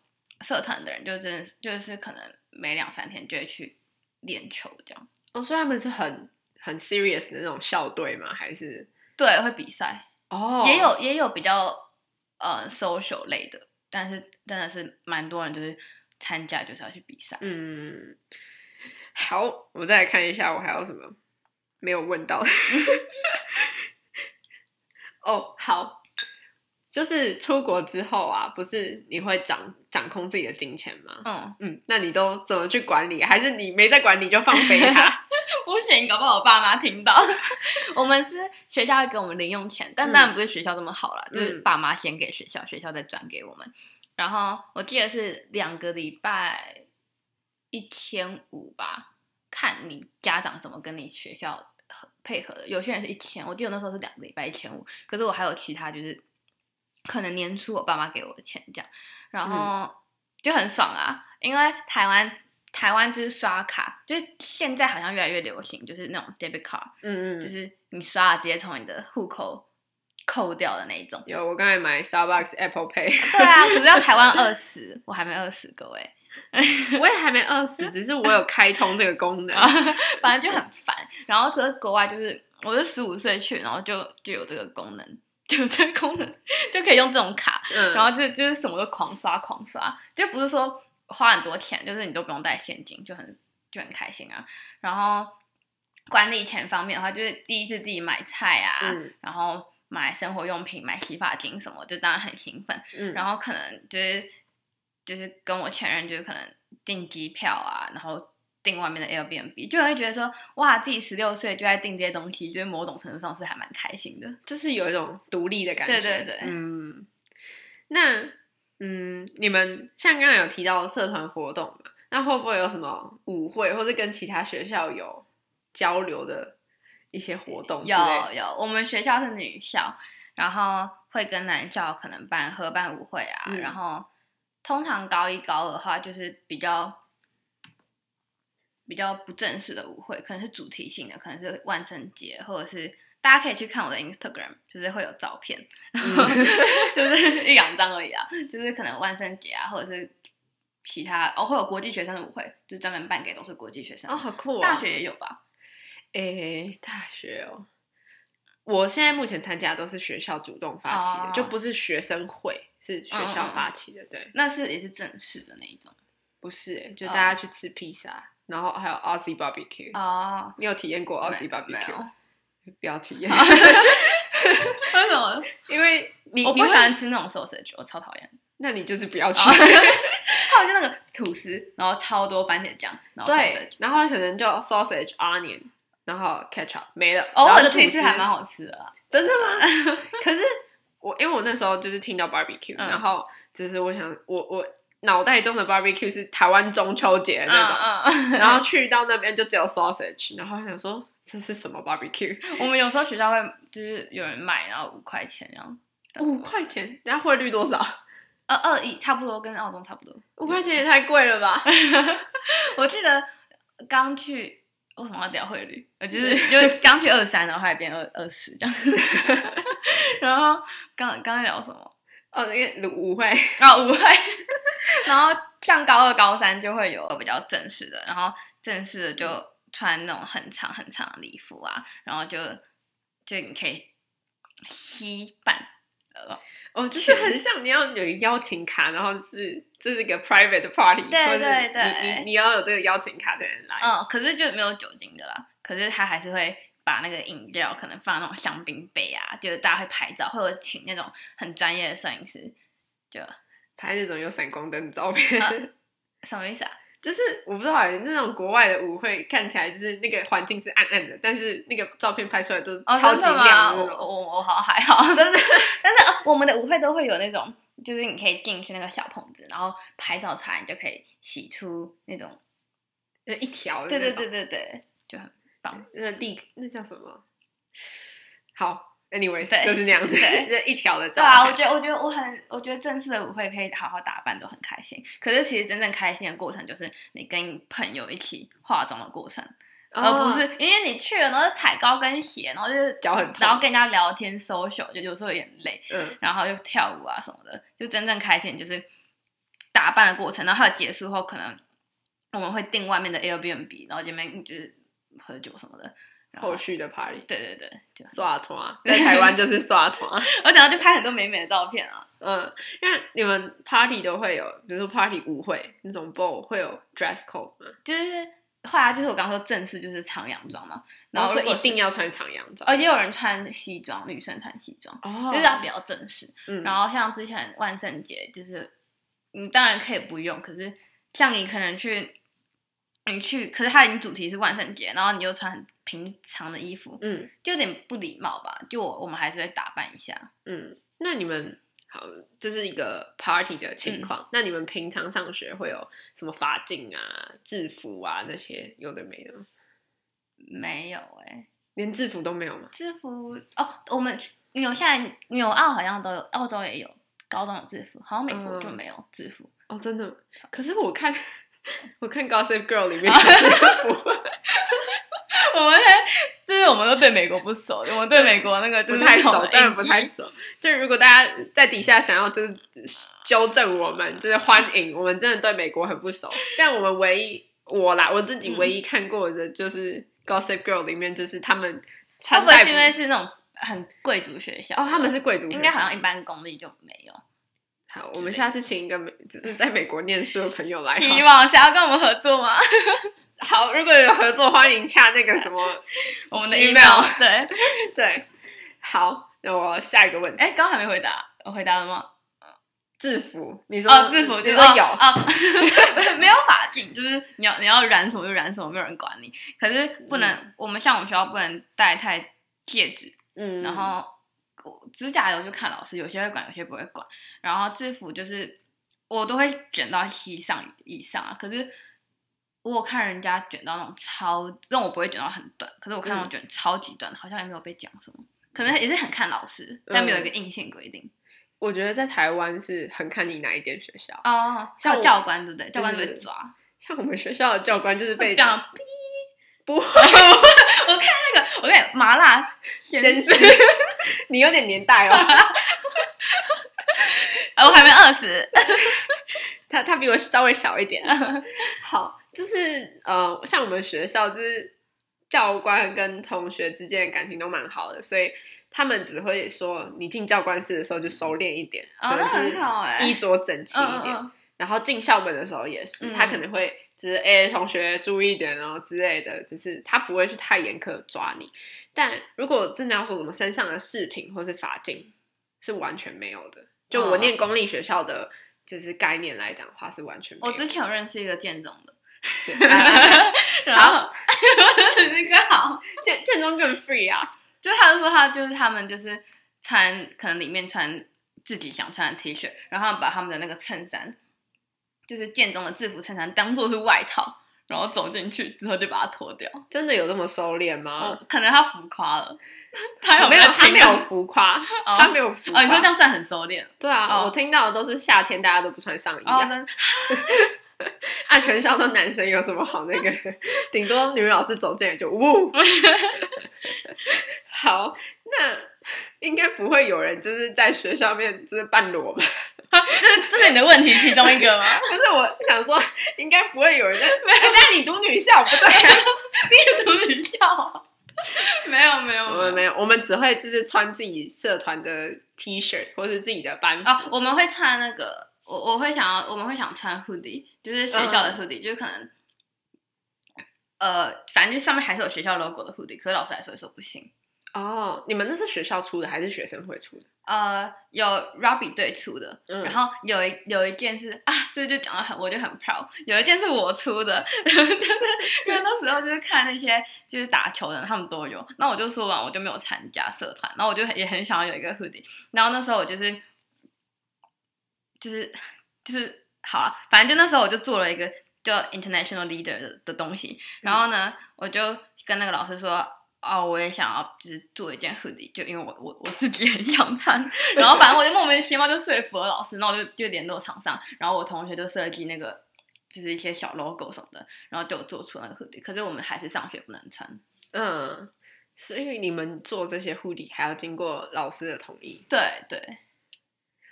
社团的人，就真的是就是可能每两三天就会去练球这样，哦，所以他们是很很 serious 的那种校队吗？还是对，会比赛。哦也有也有比较呃 social 类的，但是真的是蛮多人就是参加就是要去比赛。嗯，好，我再来看一下我还有什么没有问到的。 哦，好，就是出国之后啊，不是你会掌掌控自己的金钱吗？嗯，嗯，那你都怎么去管理？还是你没在管理就放飞它？ 不行，搞不好我爸妈听到。 嗯我们是学校会给我们零用钱，但当然不是学校这么好啦，就是嗯爸妈先给学校，学校再转给我们。然后我记得是两个礼拜一千五吧，看你家长怎么跟你学校合配合的。有些人是一千，我记得那时候是两个礼拜一千五，可是我还有其他就是可能年初我爸妈给我的钱这样，然后就很爽啊，因为台湾。台湾就是刷卡，就是现在好像越来越流行，就是那种 debit card，、 嗯就嗯，是你刷了直接从你的户口扣掉的那一 种。有，我刚才买 Starbucks Apple Pay，对啊，可是要台湾二十，我还没二十，欸各位，我也还没二 十，只是我有开通这个功能。反正就很烦。然后可是国外就是，我是十五岁去，然后就就有这个功能，就有这个功能就可以用这种卡， 嗯，然后就就是什么都狂刷狂刷，就不是说花很多钱，就是你都不用带现金，就很就很开心啊。然后管理钱方面的话，就是第一次自己买菜啊，嗯然后买生活用品、买洗发精什么，就当然很兴奋。嗯，然后可能就是就是跟我前任就是可能订机票啊，然后订外面的 Airbnb，就会觉得说哇，自己十六岁就在订这些东西，就是某种程度上是还蛮开心的。就是有一种独立的感觉。对对对嗯，那嗯，你们像刚刚有提到社团活动嘛，那会不会有什么舞会，或是跟其他学校有交流的一些活动之类有的？有，我们学校是女校，然后会跟男校可能办合办舞会啊，嗯然后通常高一高二的话就是比较。比较不正式的舞会，可能是主题性的，可能是万圣节，或者是大家可以去看我的 Instagram，就是会有照片， 嗯就是一两张而已啊，就是可能万圣节啊，或者是其他哦，会有国际学生的舞会，就专门办给都是国际学生 的哦，好酷哦！大学也有吧？诶、大学哦。我现在目前参加都是学校主动发起的，哦嗯就不是学生会，是学校发起的。对，那是也是正式的那一种不是、诶就大家去吃披萨，然后还有 Aussie barbecue、哦。你有体验过 Aussie 没 barbecue？有啊吗不要体验， 为什么？因为你我你不会喜欢吃那种 sausage，我超讨厌。那你就是不要去。啊 还有就那个吐司，然后超多番茄酱，然后 sausage 对。，然后可能就 sausage onion，然后 ketchup 没了。偶然后尔就吃一次吐司还蛮好吃的啦。啊真的吗？可是我因为我那时候就是听到 barbecue，、嗯然后就是我想我我脑袋中的 barbecue 是台湾中秋节的那种，嗯嗯。然后去到那边就只有 sausage，然后想说这是什么 barbecue？嗯我们有时候学校会就是有人买，然后五块钱，然后五块钱，等下汇率多少？呃二一差不多，跟澳洲差不多。五块嗯钱也太贵了吧？我记得刚去。为什么要聊汇率？呃，就是 就是刚去二三，然后后来变二二十这样。 然后刚刚才聊什么？哦，那个舞会，啊，舞会。 然后像高二、高三就会有比较正式的，然后正式的就穿那种很长很长的礼服啊，然后就就你可以吸板，呃，哦，就是很像你要有一个邀请卡，然后是这是一个 private 的 party，对或者是对对你你你要有这个邀请卡的人来，嗯，可是就没有酒精的啦，可是他还是会。把那个饮料可能放那种香槟杯啊，就是大家会拍照，或者请那种很专业的摄影师，就 拍那种有闪光灯的照片，嗯什么意思啊？就是我不知道欸，那种国外的舞会看起来就是那个环境是暗暗的，但是那个照片拍出来都是哦，超真级的吗？亮的我那种。我我好像还好，真的。 但是、呃我们的舞会都会有那种，就是你可以进去那个小棚子，然后拍照出来，你就可以洗出那种，就一条的哦对那对种，对对对，就很那立那叫什么？好，anyway，对就是那样子，对就一条的照对啊，我片觉得我觉得我很，我觉得正式的舞会可以好好打扮都很开心。可是其实真正开心的过程就是你跟朋友一起化妆的过程，而不哦是因为你去了然后踩高跟鞋，然后就是脚很痛然后跟人家聊天 social，就有时候有点累。嗯，然后又跳舞啊什么的，就真正开心就是打扮的过程，然后还有结束后可能我们会订外面的 Airbnb，然后这边就是喝酒什么的，然后后续的 party 对对对，就刷团，在台湾就是刷团。我等下就拍很多美美的照片啊，嗯，因为你们 party 都会有，比如说 party 舞会那种 ball 会有 dress code 吗？就是后来就是我刚刚说正式就是长洋装嘛，然然后后哦如说果一是定要穿长洋装，哦也有人穿西装，女生穿西装，哦就是要比较正式，嗯，然后像之前万圣节，就是你当然可以不用，可是像你可能去，你去，可是它已经主题是万圣节，然后你又穿很平常的衣服，嗯就有点不礼貌吧？就我我们还是会打扮一下。嗯，那你们好，这是一个 party 的嗯情况。那你们平常上学会有什么发镜啊、制服啊那些有的没的吗？没有哎、连制服都没有吗？制服哦，我们纽现在纽澳好像都有，澳洲也有，高中有制服，好像美国就嗯没有制服。哦，真的吗？可是我看 我看 Gossip Girl 里面的制服 我们就是我们都对美国不熟，我们对美国那 个不太熟，嗯真的不太熟。熟。就如果大家在底下想要就是纠正我们，就是欢迎，我们真的对美国很不熟。但我们唯一我啦，我自己嗯唯一看过的就是《Gossip Girl》里面，就是他们会穿不会戴是因为是那种很贵族学校？哦，他们是贵族学校，应该好像一般公立就没有。好。我们下次请一个美，就是在美国念书的朋友来哦好了。希望想要跟我们合作吗？ 好，如果有合作，欢迎洽那个什么，我们的 Gmail email 对，对，好。那我下一个问题，哎，刚刚还没回答，我回答了吗？制服，你说哦，制服就你是说有，哦，哦 没有法禁，就是你要你要染什么就染什么，没有人管你。可是不能，我们像我们学校不能戴太戒指，嗯，然后我指甲油就看老师，有些会管，有些不会管。然后制服就是我都会卷到膝上以上啊，可是我有看人家卷到那种超，但我不会卷到很短，可是我看到嗯卷超级短，好像也没有被讲什么。可能也是很看老师，但没有一嗯个硬性规定。我觉得在台湾是很看你哪一间学校，哦，像像我教官对不对？教官就对会抓，像我们学校的教官就是被这样 不会我看那个，我看麻辣先生， 你有点年代哦。 呃，我还没二十。他他比我稍微小一 点。好，就是呃，像我们学校就是教官跟同学之间的感情都蛮好的，所以他们只会说你进教官室的时候就收敛一点，哦可能那就是很好欸衣着整齐一嗯点。嗯然后进校门的时候也是，嗯他可能会就是哎、同学注意一点哦之类的，就是他不会去太严苛地抓你。但如果真的要说什么身上的饰品或是发镜，是完全没有的。就我嗯念公立学校的，就是概念来讲的话，是完全没我有之前有认识一个建中的，对啊 然后 那个好，建建中更 free 啊，就是他就说他就是他们就是穿可能里面穿自己想穿的 T 恤，然后他们把他们的那个衬衫，就是建中的制服衬衫当做是外套，然后走进去之后就把它脱掉。真的有这么收敛吗哦？，可能他浮夸了， 他有没有，在他听没有浮夸，哦他没有浮夸。哦，你说这样算很收敛对啊，哦我听到的都是夏天大家都不穿上衣啊，哦，真啊，全校都男生有什么好那个？ 顶多女老师走进来就 呜。好，那应该不会有人就是在学校面就是半裸 吧？这这是你的问题其中一 个吗？就是我想说，应该不会有 人在。但你读女校不对、啊，读女校啊？没有没有 我们没有，我们只会就是穿自己社团的 T 恤或是自己的班服。啊，我们会穿那个，我我会想要，我们会想穿 hoodie，就是学校的 hoodie，、就是可能。呃，反正就上面还是有学校 logo 的 hoodie，可是老师还是会说不行，哦，你们那是学校出的还是学生会出的？呃，有 Robbie 队出的，嗯然后有一有一件是啊，这就讲的很，我就很 proud。有一件是我出的， 就是因为那时候就是看那些就是打球的人，他们都有。那我就说完，我就没有参加社团，然后我就很也很想要有一个 hoodie。然后那时候我就是就是就是好了，反正就那时候我就做了一个叫 international leader 的的东西。然后呢，我就跟那个老师说。哦，我也想要，就是做一件 hoodie，就因为我我我自己很想穿， 然后反正我就莫名其妙就说服了老师，然后我就就联络厂商，然后我同学就设计那个就是一些小 logo 什么的，然后就有做出那个 hoodie。可是我们还是上学不能穿。嗯，是因为你们做这些护理还要经过老师的同意。对对。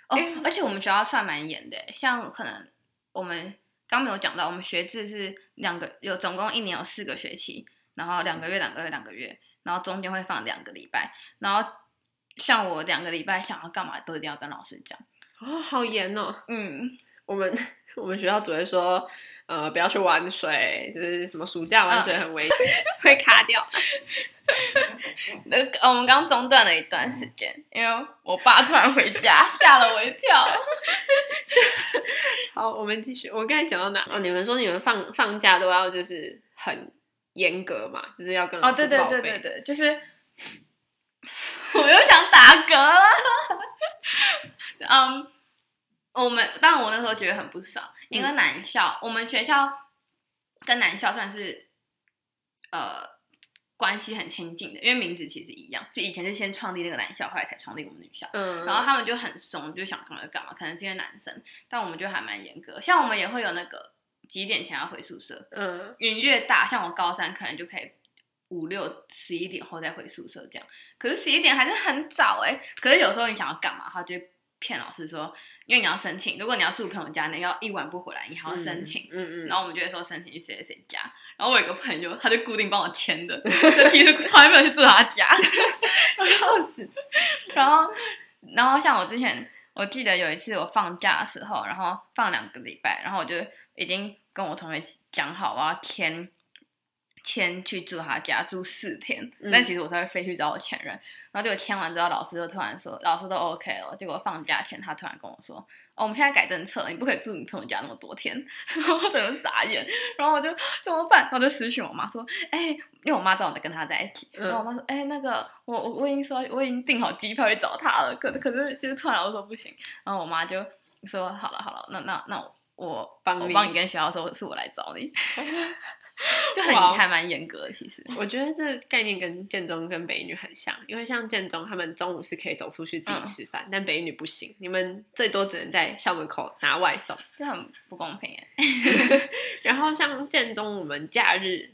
哦因为，而且我们学校算蛮严的，欸像可能我们刚没有讲到，我们学制是两个有总共一年有四个学期，然后两个月、两个月、两个月，然后中间会放两个礼拜，然后像我两个礼拜想要干嘛都一定要跟老师讲。哦，好严哦！嗯，我们 我们学校只会说，呃，不要去玩水，就是什么暑假玩水很 危险，会卡掉。 那个呃我们刚中断了一段时间，因为我爸突然回家，吓了我一跳。好，我们继续。我刚才讲到哪？哦，你们说你们放放假都要就是很严格嘛，就是要跟老哦，师对对报对备对对，就是 我又想打嗝了。 嗯，我们当然我那时候觉得很不爽，因嗯为男校、我们学校跟男校算是呃关系很亲近的，因为名字其实一样，就以前是先创立那个男校，后来才创立我们女校。嗯，然后他们就很松，就想干嘛就干嘛，可能是因为男生，但我们就还蛮严格。像我们也会有那个几点前要回宿舍，嗯云越大，像我高三可能就可以五六十一点后再回宿舍这样。可是十一点还是很早哎、可是有时候你想要干嘛，他就会骗老师说，因为你要申请，如果你要住朋友家，你要一晚不回来，你还要申请。，嗯嗯然后我们就会说申请去谁谁谁家，然后我有个朋友，他就固定帮我签的，就其实从来没有去住他家， 笑死。然后，然后像我之前，我记得有一次我放假的时候，然后放两个礼拜，然后我就已经跟我同学讲好我要签。签去住他家住四天，嗯但其实我才会飞去找我前任。然后结果签完之后，老师就突然说，老师都 OK 了。结果放假前，他突然跟我说，哦，我们现在改政策了，你不可以住你朋友家那么多天。然后我整个傻眼，然后我就怎么办？然后我就私讯我妈说，哎、因为我妈知道我在跟他在一起，嗯然后我妈说，哎、那个我我我已经说我已经订好机票去找他了，可可是就是突然我说不行，然后我妈就说，好了好了，那那那我我帮我你帮你跟学校说是我来 找你，就哇哦很还蛮严格的其实。我觉得这概念跟建中跟北一女很像，因为像建中他们中午是可以走出去自己嗯吃饭，但北一女不行，你们最多只能在校门口拿外送。就很不公平哎。然后像建中，我们假日，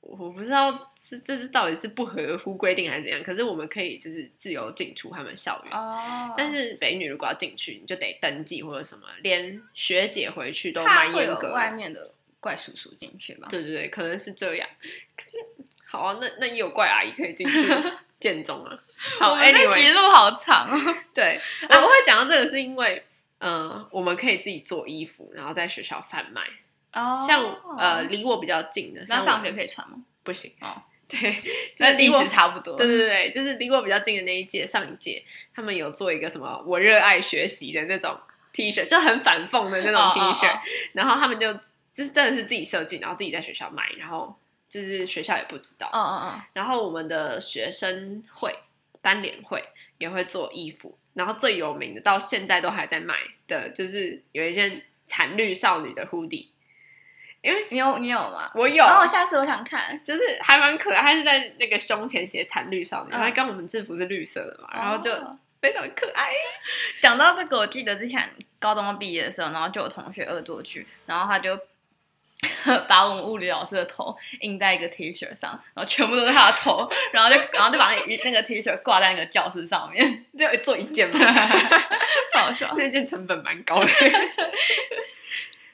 我我不知道是这是到底是不合乎规定还是怎样，可是我们可以就是自由进出他们校园。哦但是北一女如果要进去，你就得登记或者什么，连学姐回去都怕蛮会严有格的。外面的怪叔叔进去吧？对对对，可能是这样。可是好啊，那那也有怪阿姨可以进去 建中啊。好我们这，anyway，集路好长哦。对，我会讲到这个是因为，呃，我们可以自己做衣服，然后在学校贩卖。哦 像呃，，离我比较近的，那像上我学可以穿吗？不行哦。 对，就那是历离我史呃差不多。对对对，就是离我比较近的那一届，上一届他们有做一个什么“我热爱学习”的那种 T 恤，就很反讽的那哦哦种 T 恤哦 然后他们就就是真的是自己设计，然后自己在学校卖，然后就是学校也不知道。嗯嗯嗯，然后我们的学生会、班联会也会做衣服，然后最有名的到现在都还在卖的，就是有一件惨绿少女的 hoodie，你有你有吗？我有，哦，下次我想看。就是还蛮可爱，它是在那个胸前写惨绿少女，嗯它跟我们制服是绿色的嘛，然后就哦非常可爱。讲到这个，我记得之前高中毕业的时候，然后就有同学恶作剧，然后他就 把我们物理老师的头印在一个 T 恤上，然后全部都是他的头，然后就然后就把那一那个 T 恤挂在那个教室上面，只有做一件吗？ 超好笑。那件成本蛮高的。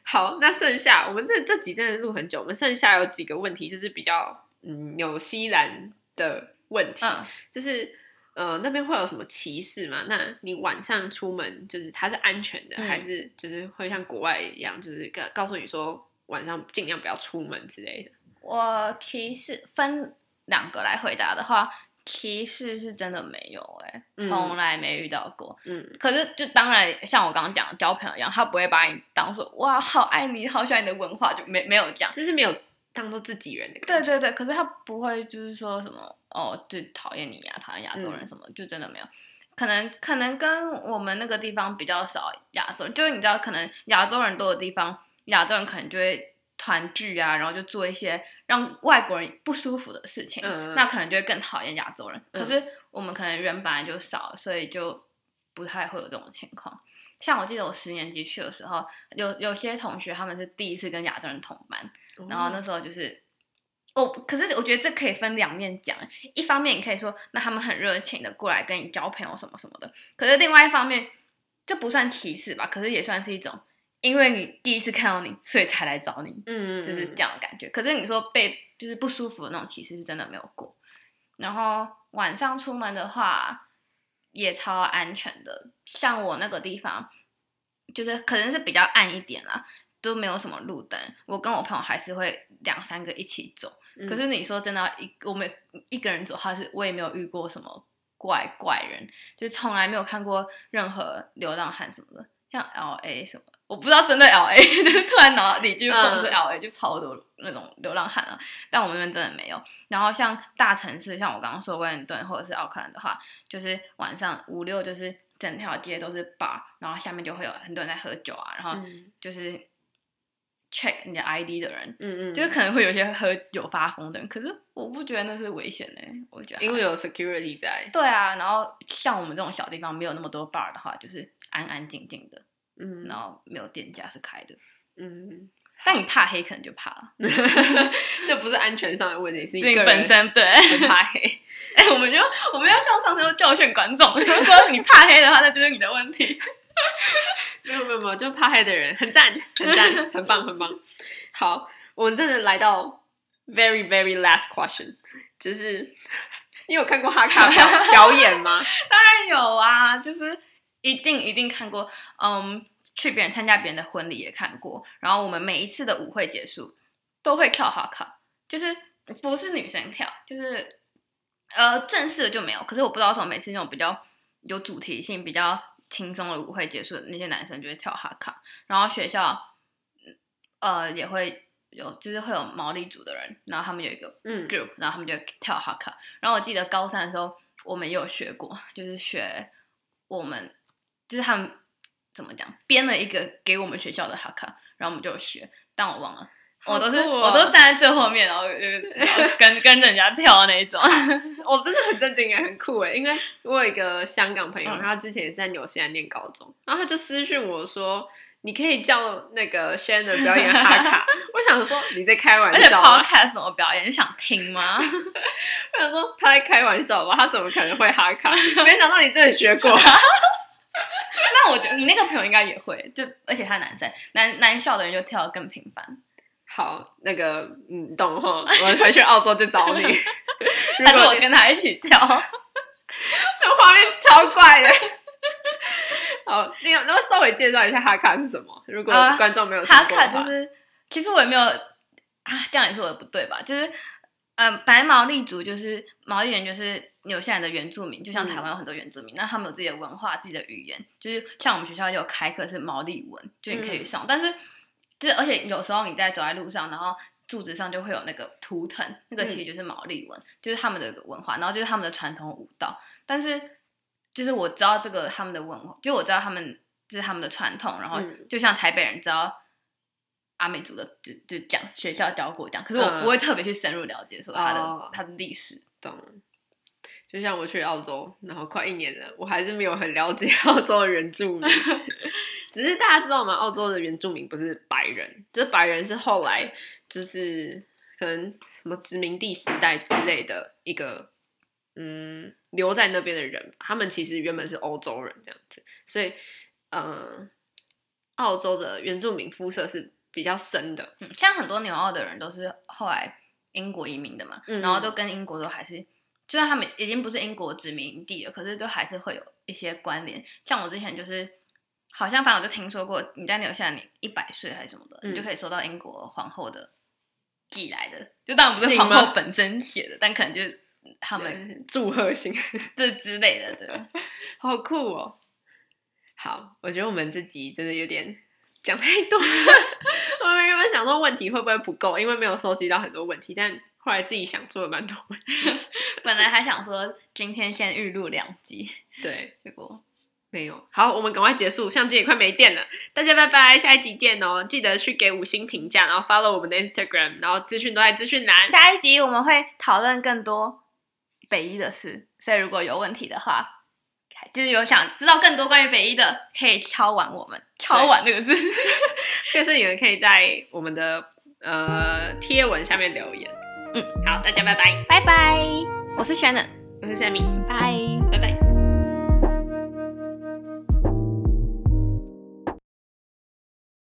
好，那剩下我们这这几阵录很久，我们剩下有几个问题，就是比较嗯纽西兰的问题，嗯，就是呃那边会有什么歧视吗？那你晚上出门就是它是安全的，嗯还是就是会像国外一样，就是告告诉你说晚上尽量不要出门之类的？我其实分两个来回答的话，歧视是真的没有哎、嗯从来没遇到过。嗯，可是就当然像我刚刚讲交朋友一样，他不会把你当做哇好爱你，好喜欢你的文化，就没没有这样。就是没有当做自己人的对感觉。对对，可是他不会就是说什么哦，就讨厌你呀、讨厌亚洲嗯人什么，就真的没有。可能可能跟我们那个地方比较少亚洲人，就是你知道，可能亚洲人多的地方，亚洲人可能就会团聚啊，然后就做一些让外国人不舒服的事情，嗯那可能就会更讨厌亚洲人。嗯可是我们可能人本来就少，所以就不太会有这种情况。像我记得我十年级去的时候，有有些同学他们是第一次跟亚洲人同班，哦然后那时候就是我，可是我觉得这可以分两面讲。一方面你可以说，那他们很热情的过来跟你交朋友什么什么的，可是另外一方面，这不算歧视吧？可是也算是一种，因为你第一次看到你，所以才来找你，嗯，嗯就是这样的感觉。可是你说被就是不舒服的那种歧视，是真的没有过。然后晚上出门的话，也超安全的。像我那个地方，就是可能是比较暗一点啦，都没有什么路灯。我跟我朋友还是会两三个一起走。嗯可是你说真的要一，我们一个人走，还是我也没有遇过什么怪怪人，就是从来没有看过任何流浪汉什么的，像 L A 什么的，我不知道针对 L A，就是 突然脑里就蹦出嗯 L A，、就超多那种流浪汉啊。但我们那边真的没有。然后像大城市，像我刚刚说威灵顿或者是奥克兰的话，就是晚上五六就是整条街都是 bar，然后下面就会有很多人在喝酒啊，然后嗯就是 check 你的 ID 的人，嗯嗯，就是可能会有一些喝酒发疯的人，可是我不觉得那是危险的、我觉得还因为有 security 在。对啊，然后像我们这种小地方没有那么多 bar 的话，就是安安静静的，嗯然后没有店家是开的。嗯，但你怕黑，可能就怕了， 这不是安全上的问题，是你对个人你本身对。 很怕黑。哎、我们就我们要向上头教训观众， 就说你怕黑的话，那就是你的问题。没有没有没有，就怕黑的人很赞，很赞，很棒，很棒。好，我们真的来到 very very last question，就是你有看过哈 卡表表演吗？ 当然有啊，就是一定一定看过，嗯，去别人参加别人的婚礼也看过，然后我们每一次的舞会结束都会跳哈卡，就是不是女生跳，就是呃正式的就没有，可是我不知道为什么每次那种比较有主题性、比较轻松的舞会结束，那些男生就会跳哈卡，然后学校嗯呃也会有，就是会有毛利组的人，然后他们有一个嗯 group，然后他们就跳哈卡。然后我记得高三的时候，我们也有学过，就是学我们就是他们怎么讲，编了一个给我们学校的哈卡，然后我们就有学，但我忘了。我都是、好酷哦我都站在最后面，然后就是然后跟跟着人家跳的那一种。 我真的很震惊哎，很酷哎，因为我有一个香港朋友，嗯他之前也是在纽西兰念高中，然后他就私讯我说。你可以叫那个 Shannon 表演哈卡， 我想说你在开玩而且笑啊吗？ podcast 什么表演，你想 听吗？我想说他在开玩笑吧，他怎么可能会哈卡？ 没想到你真的学过， 那我觉得你那个朋友应该也会，就而且他男生男男校的人就跳的更频繁，好，那个嗯，懂哈，我回去澳洲就 找你。如还是果我跟他一起跳。这个画面超怪的。 好，你有那稍微介绍一下哈卡是什么？如果呃观众没有听哈过的卡话就是，其实我也没有啊，这样也是我的不对吧？就是，嗯，白毛利族就是毛利人，就是纽西兰的原住民，就像台嗯湾有很多原住民，那他们有自己的文化、自己的语言，就是像我们学校也有开课是毛利文，就你可嗯以上，但是就是而且有时候你在走在路上，然后。柱子上就会有那个图腾，那个其嗯实就是毛利文，就是他们的文化，然后就是他们的传统舞蹈。但是就是我知道这个他们的文化，就我知道他们这、是他们的传统，然后嗯就像台北人知道阿美族的就就讲学校教过这样，可是我不会特别去深入了解说他嗯的、哦他的历史。懂。就像我去澳洲，然后快一年了，我还是没有很了解 澳洲的原住民。只是大家知道吗？澳洲的原住民不是白人，就是白人是后来就是可能什么殖民地时代之类的一个嗯留在那边的人，他们其实原本是欧洲人这样子，所以呃，澳洲的原住民肤色是比较深的，嗯，像很多纽澳的人都是后来英国移民的嘛，嗯然后都跟英国都还是，就算他们已经不是英国殖民地了，可是都还是会有一些关联。像我之前就是，好像反正我就听说过，你在纽西兰你一百岁还是什么的，嗯你就可以收到英国皇后的寄来的，就当然不是信皇吗后本身写的，但可能就是他们嗯祝贺信，这之类的，对，好酷哦！好，我觉得我们这集真的有点讲太多了。 我们原本想说问题会不会不够，因为没有收集到很多问题，但后来自己想做了蛮多问题。 本来还想说今天先预录两集，对，结果没有。好，我们赶快结束，相机也快没电了，大家拜拜，下一集见哦！记得去给五星评价，然后 follow 我们的 Instagram，然后资讯都在资讯栏。 下一集我们会讨论更多北一的事，所以如果有问题的话，就是有想知道更多关于北一的，可以敲完我们“敲完”这个字。 就是你们可以在我们的呃贴文下面留言。嗯，好，大家拜拜，拜拜，我是 Shannon，我是 Sammy，拜。拜拜。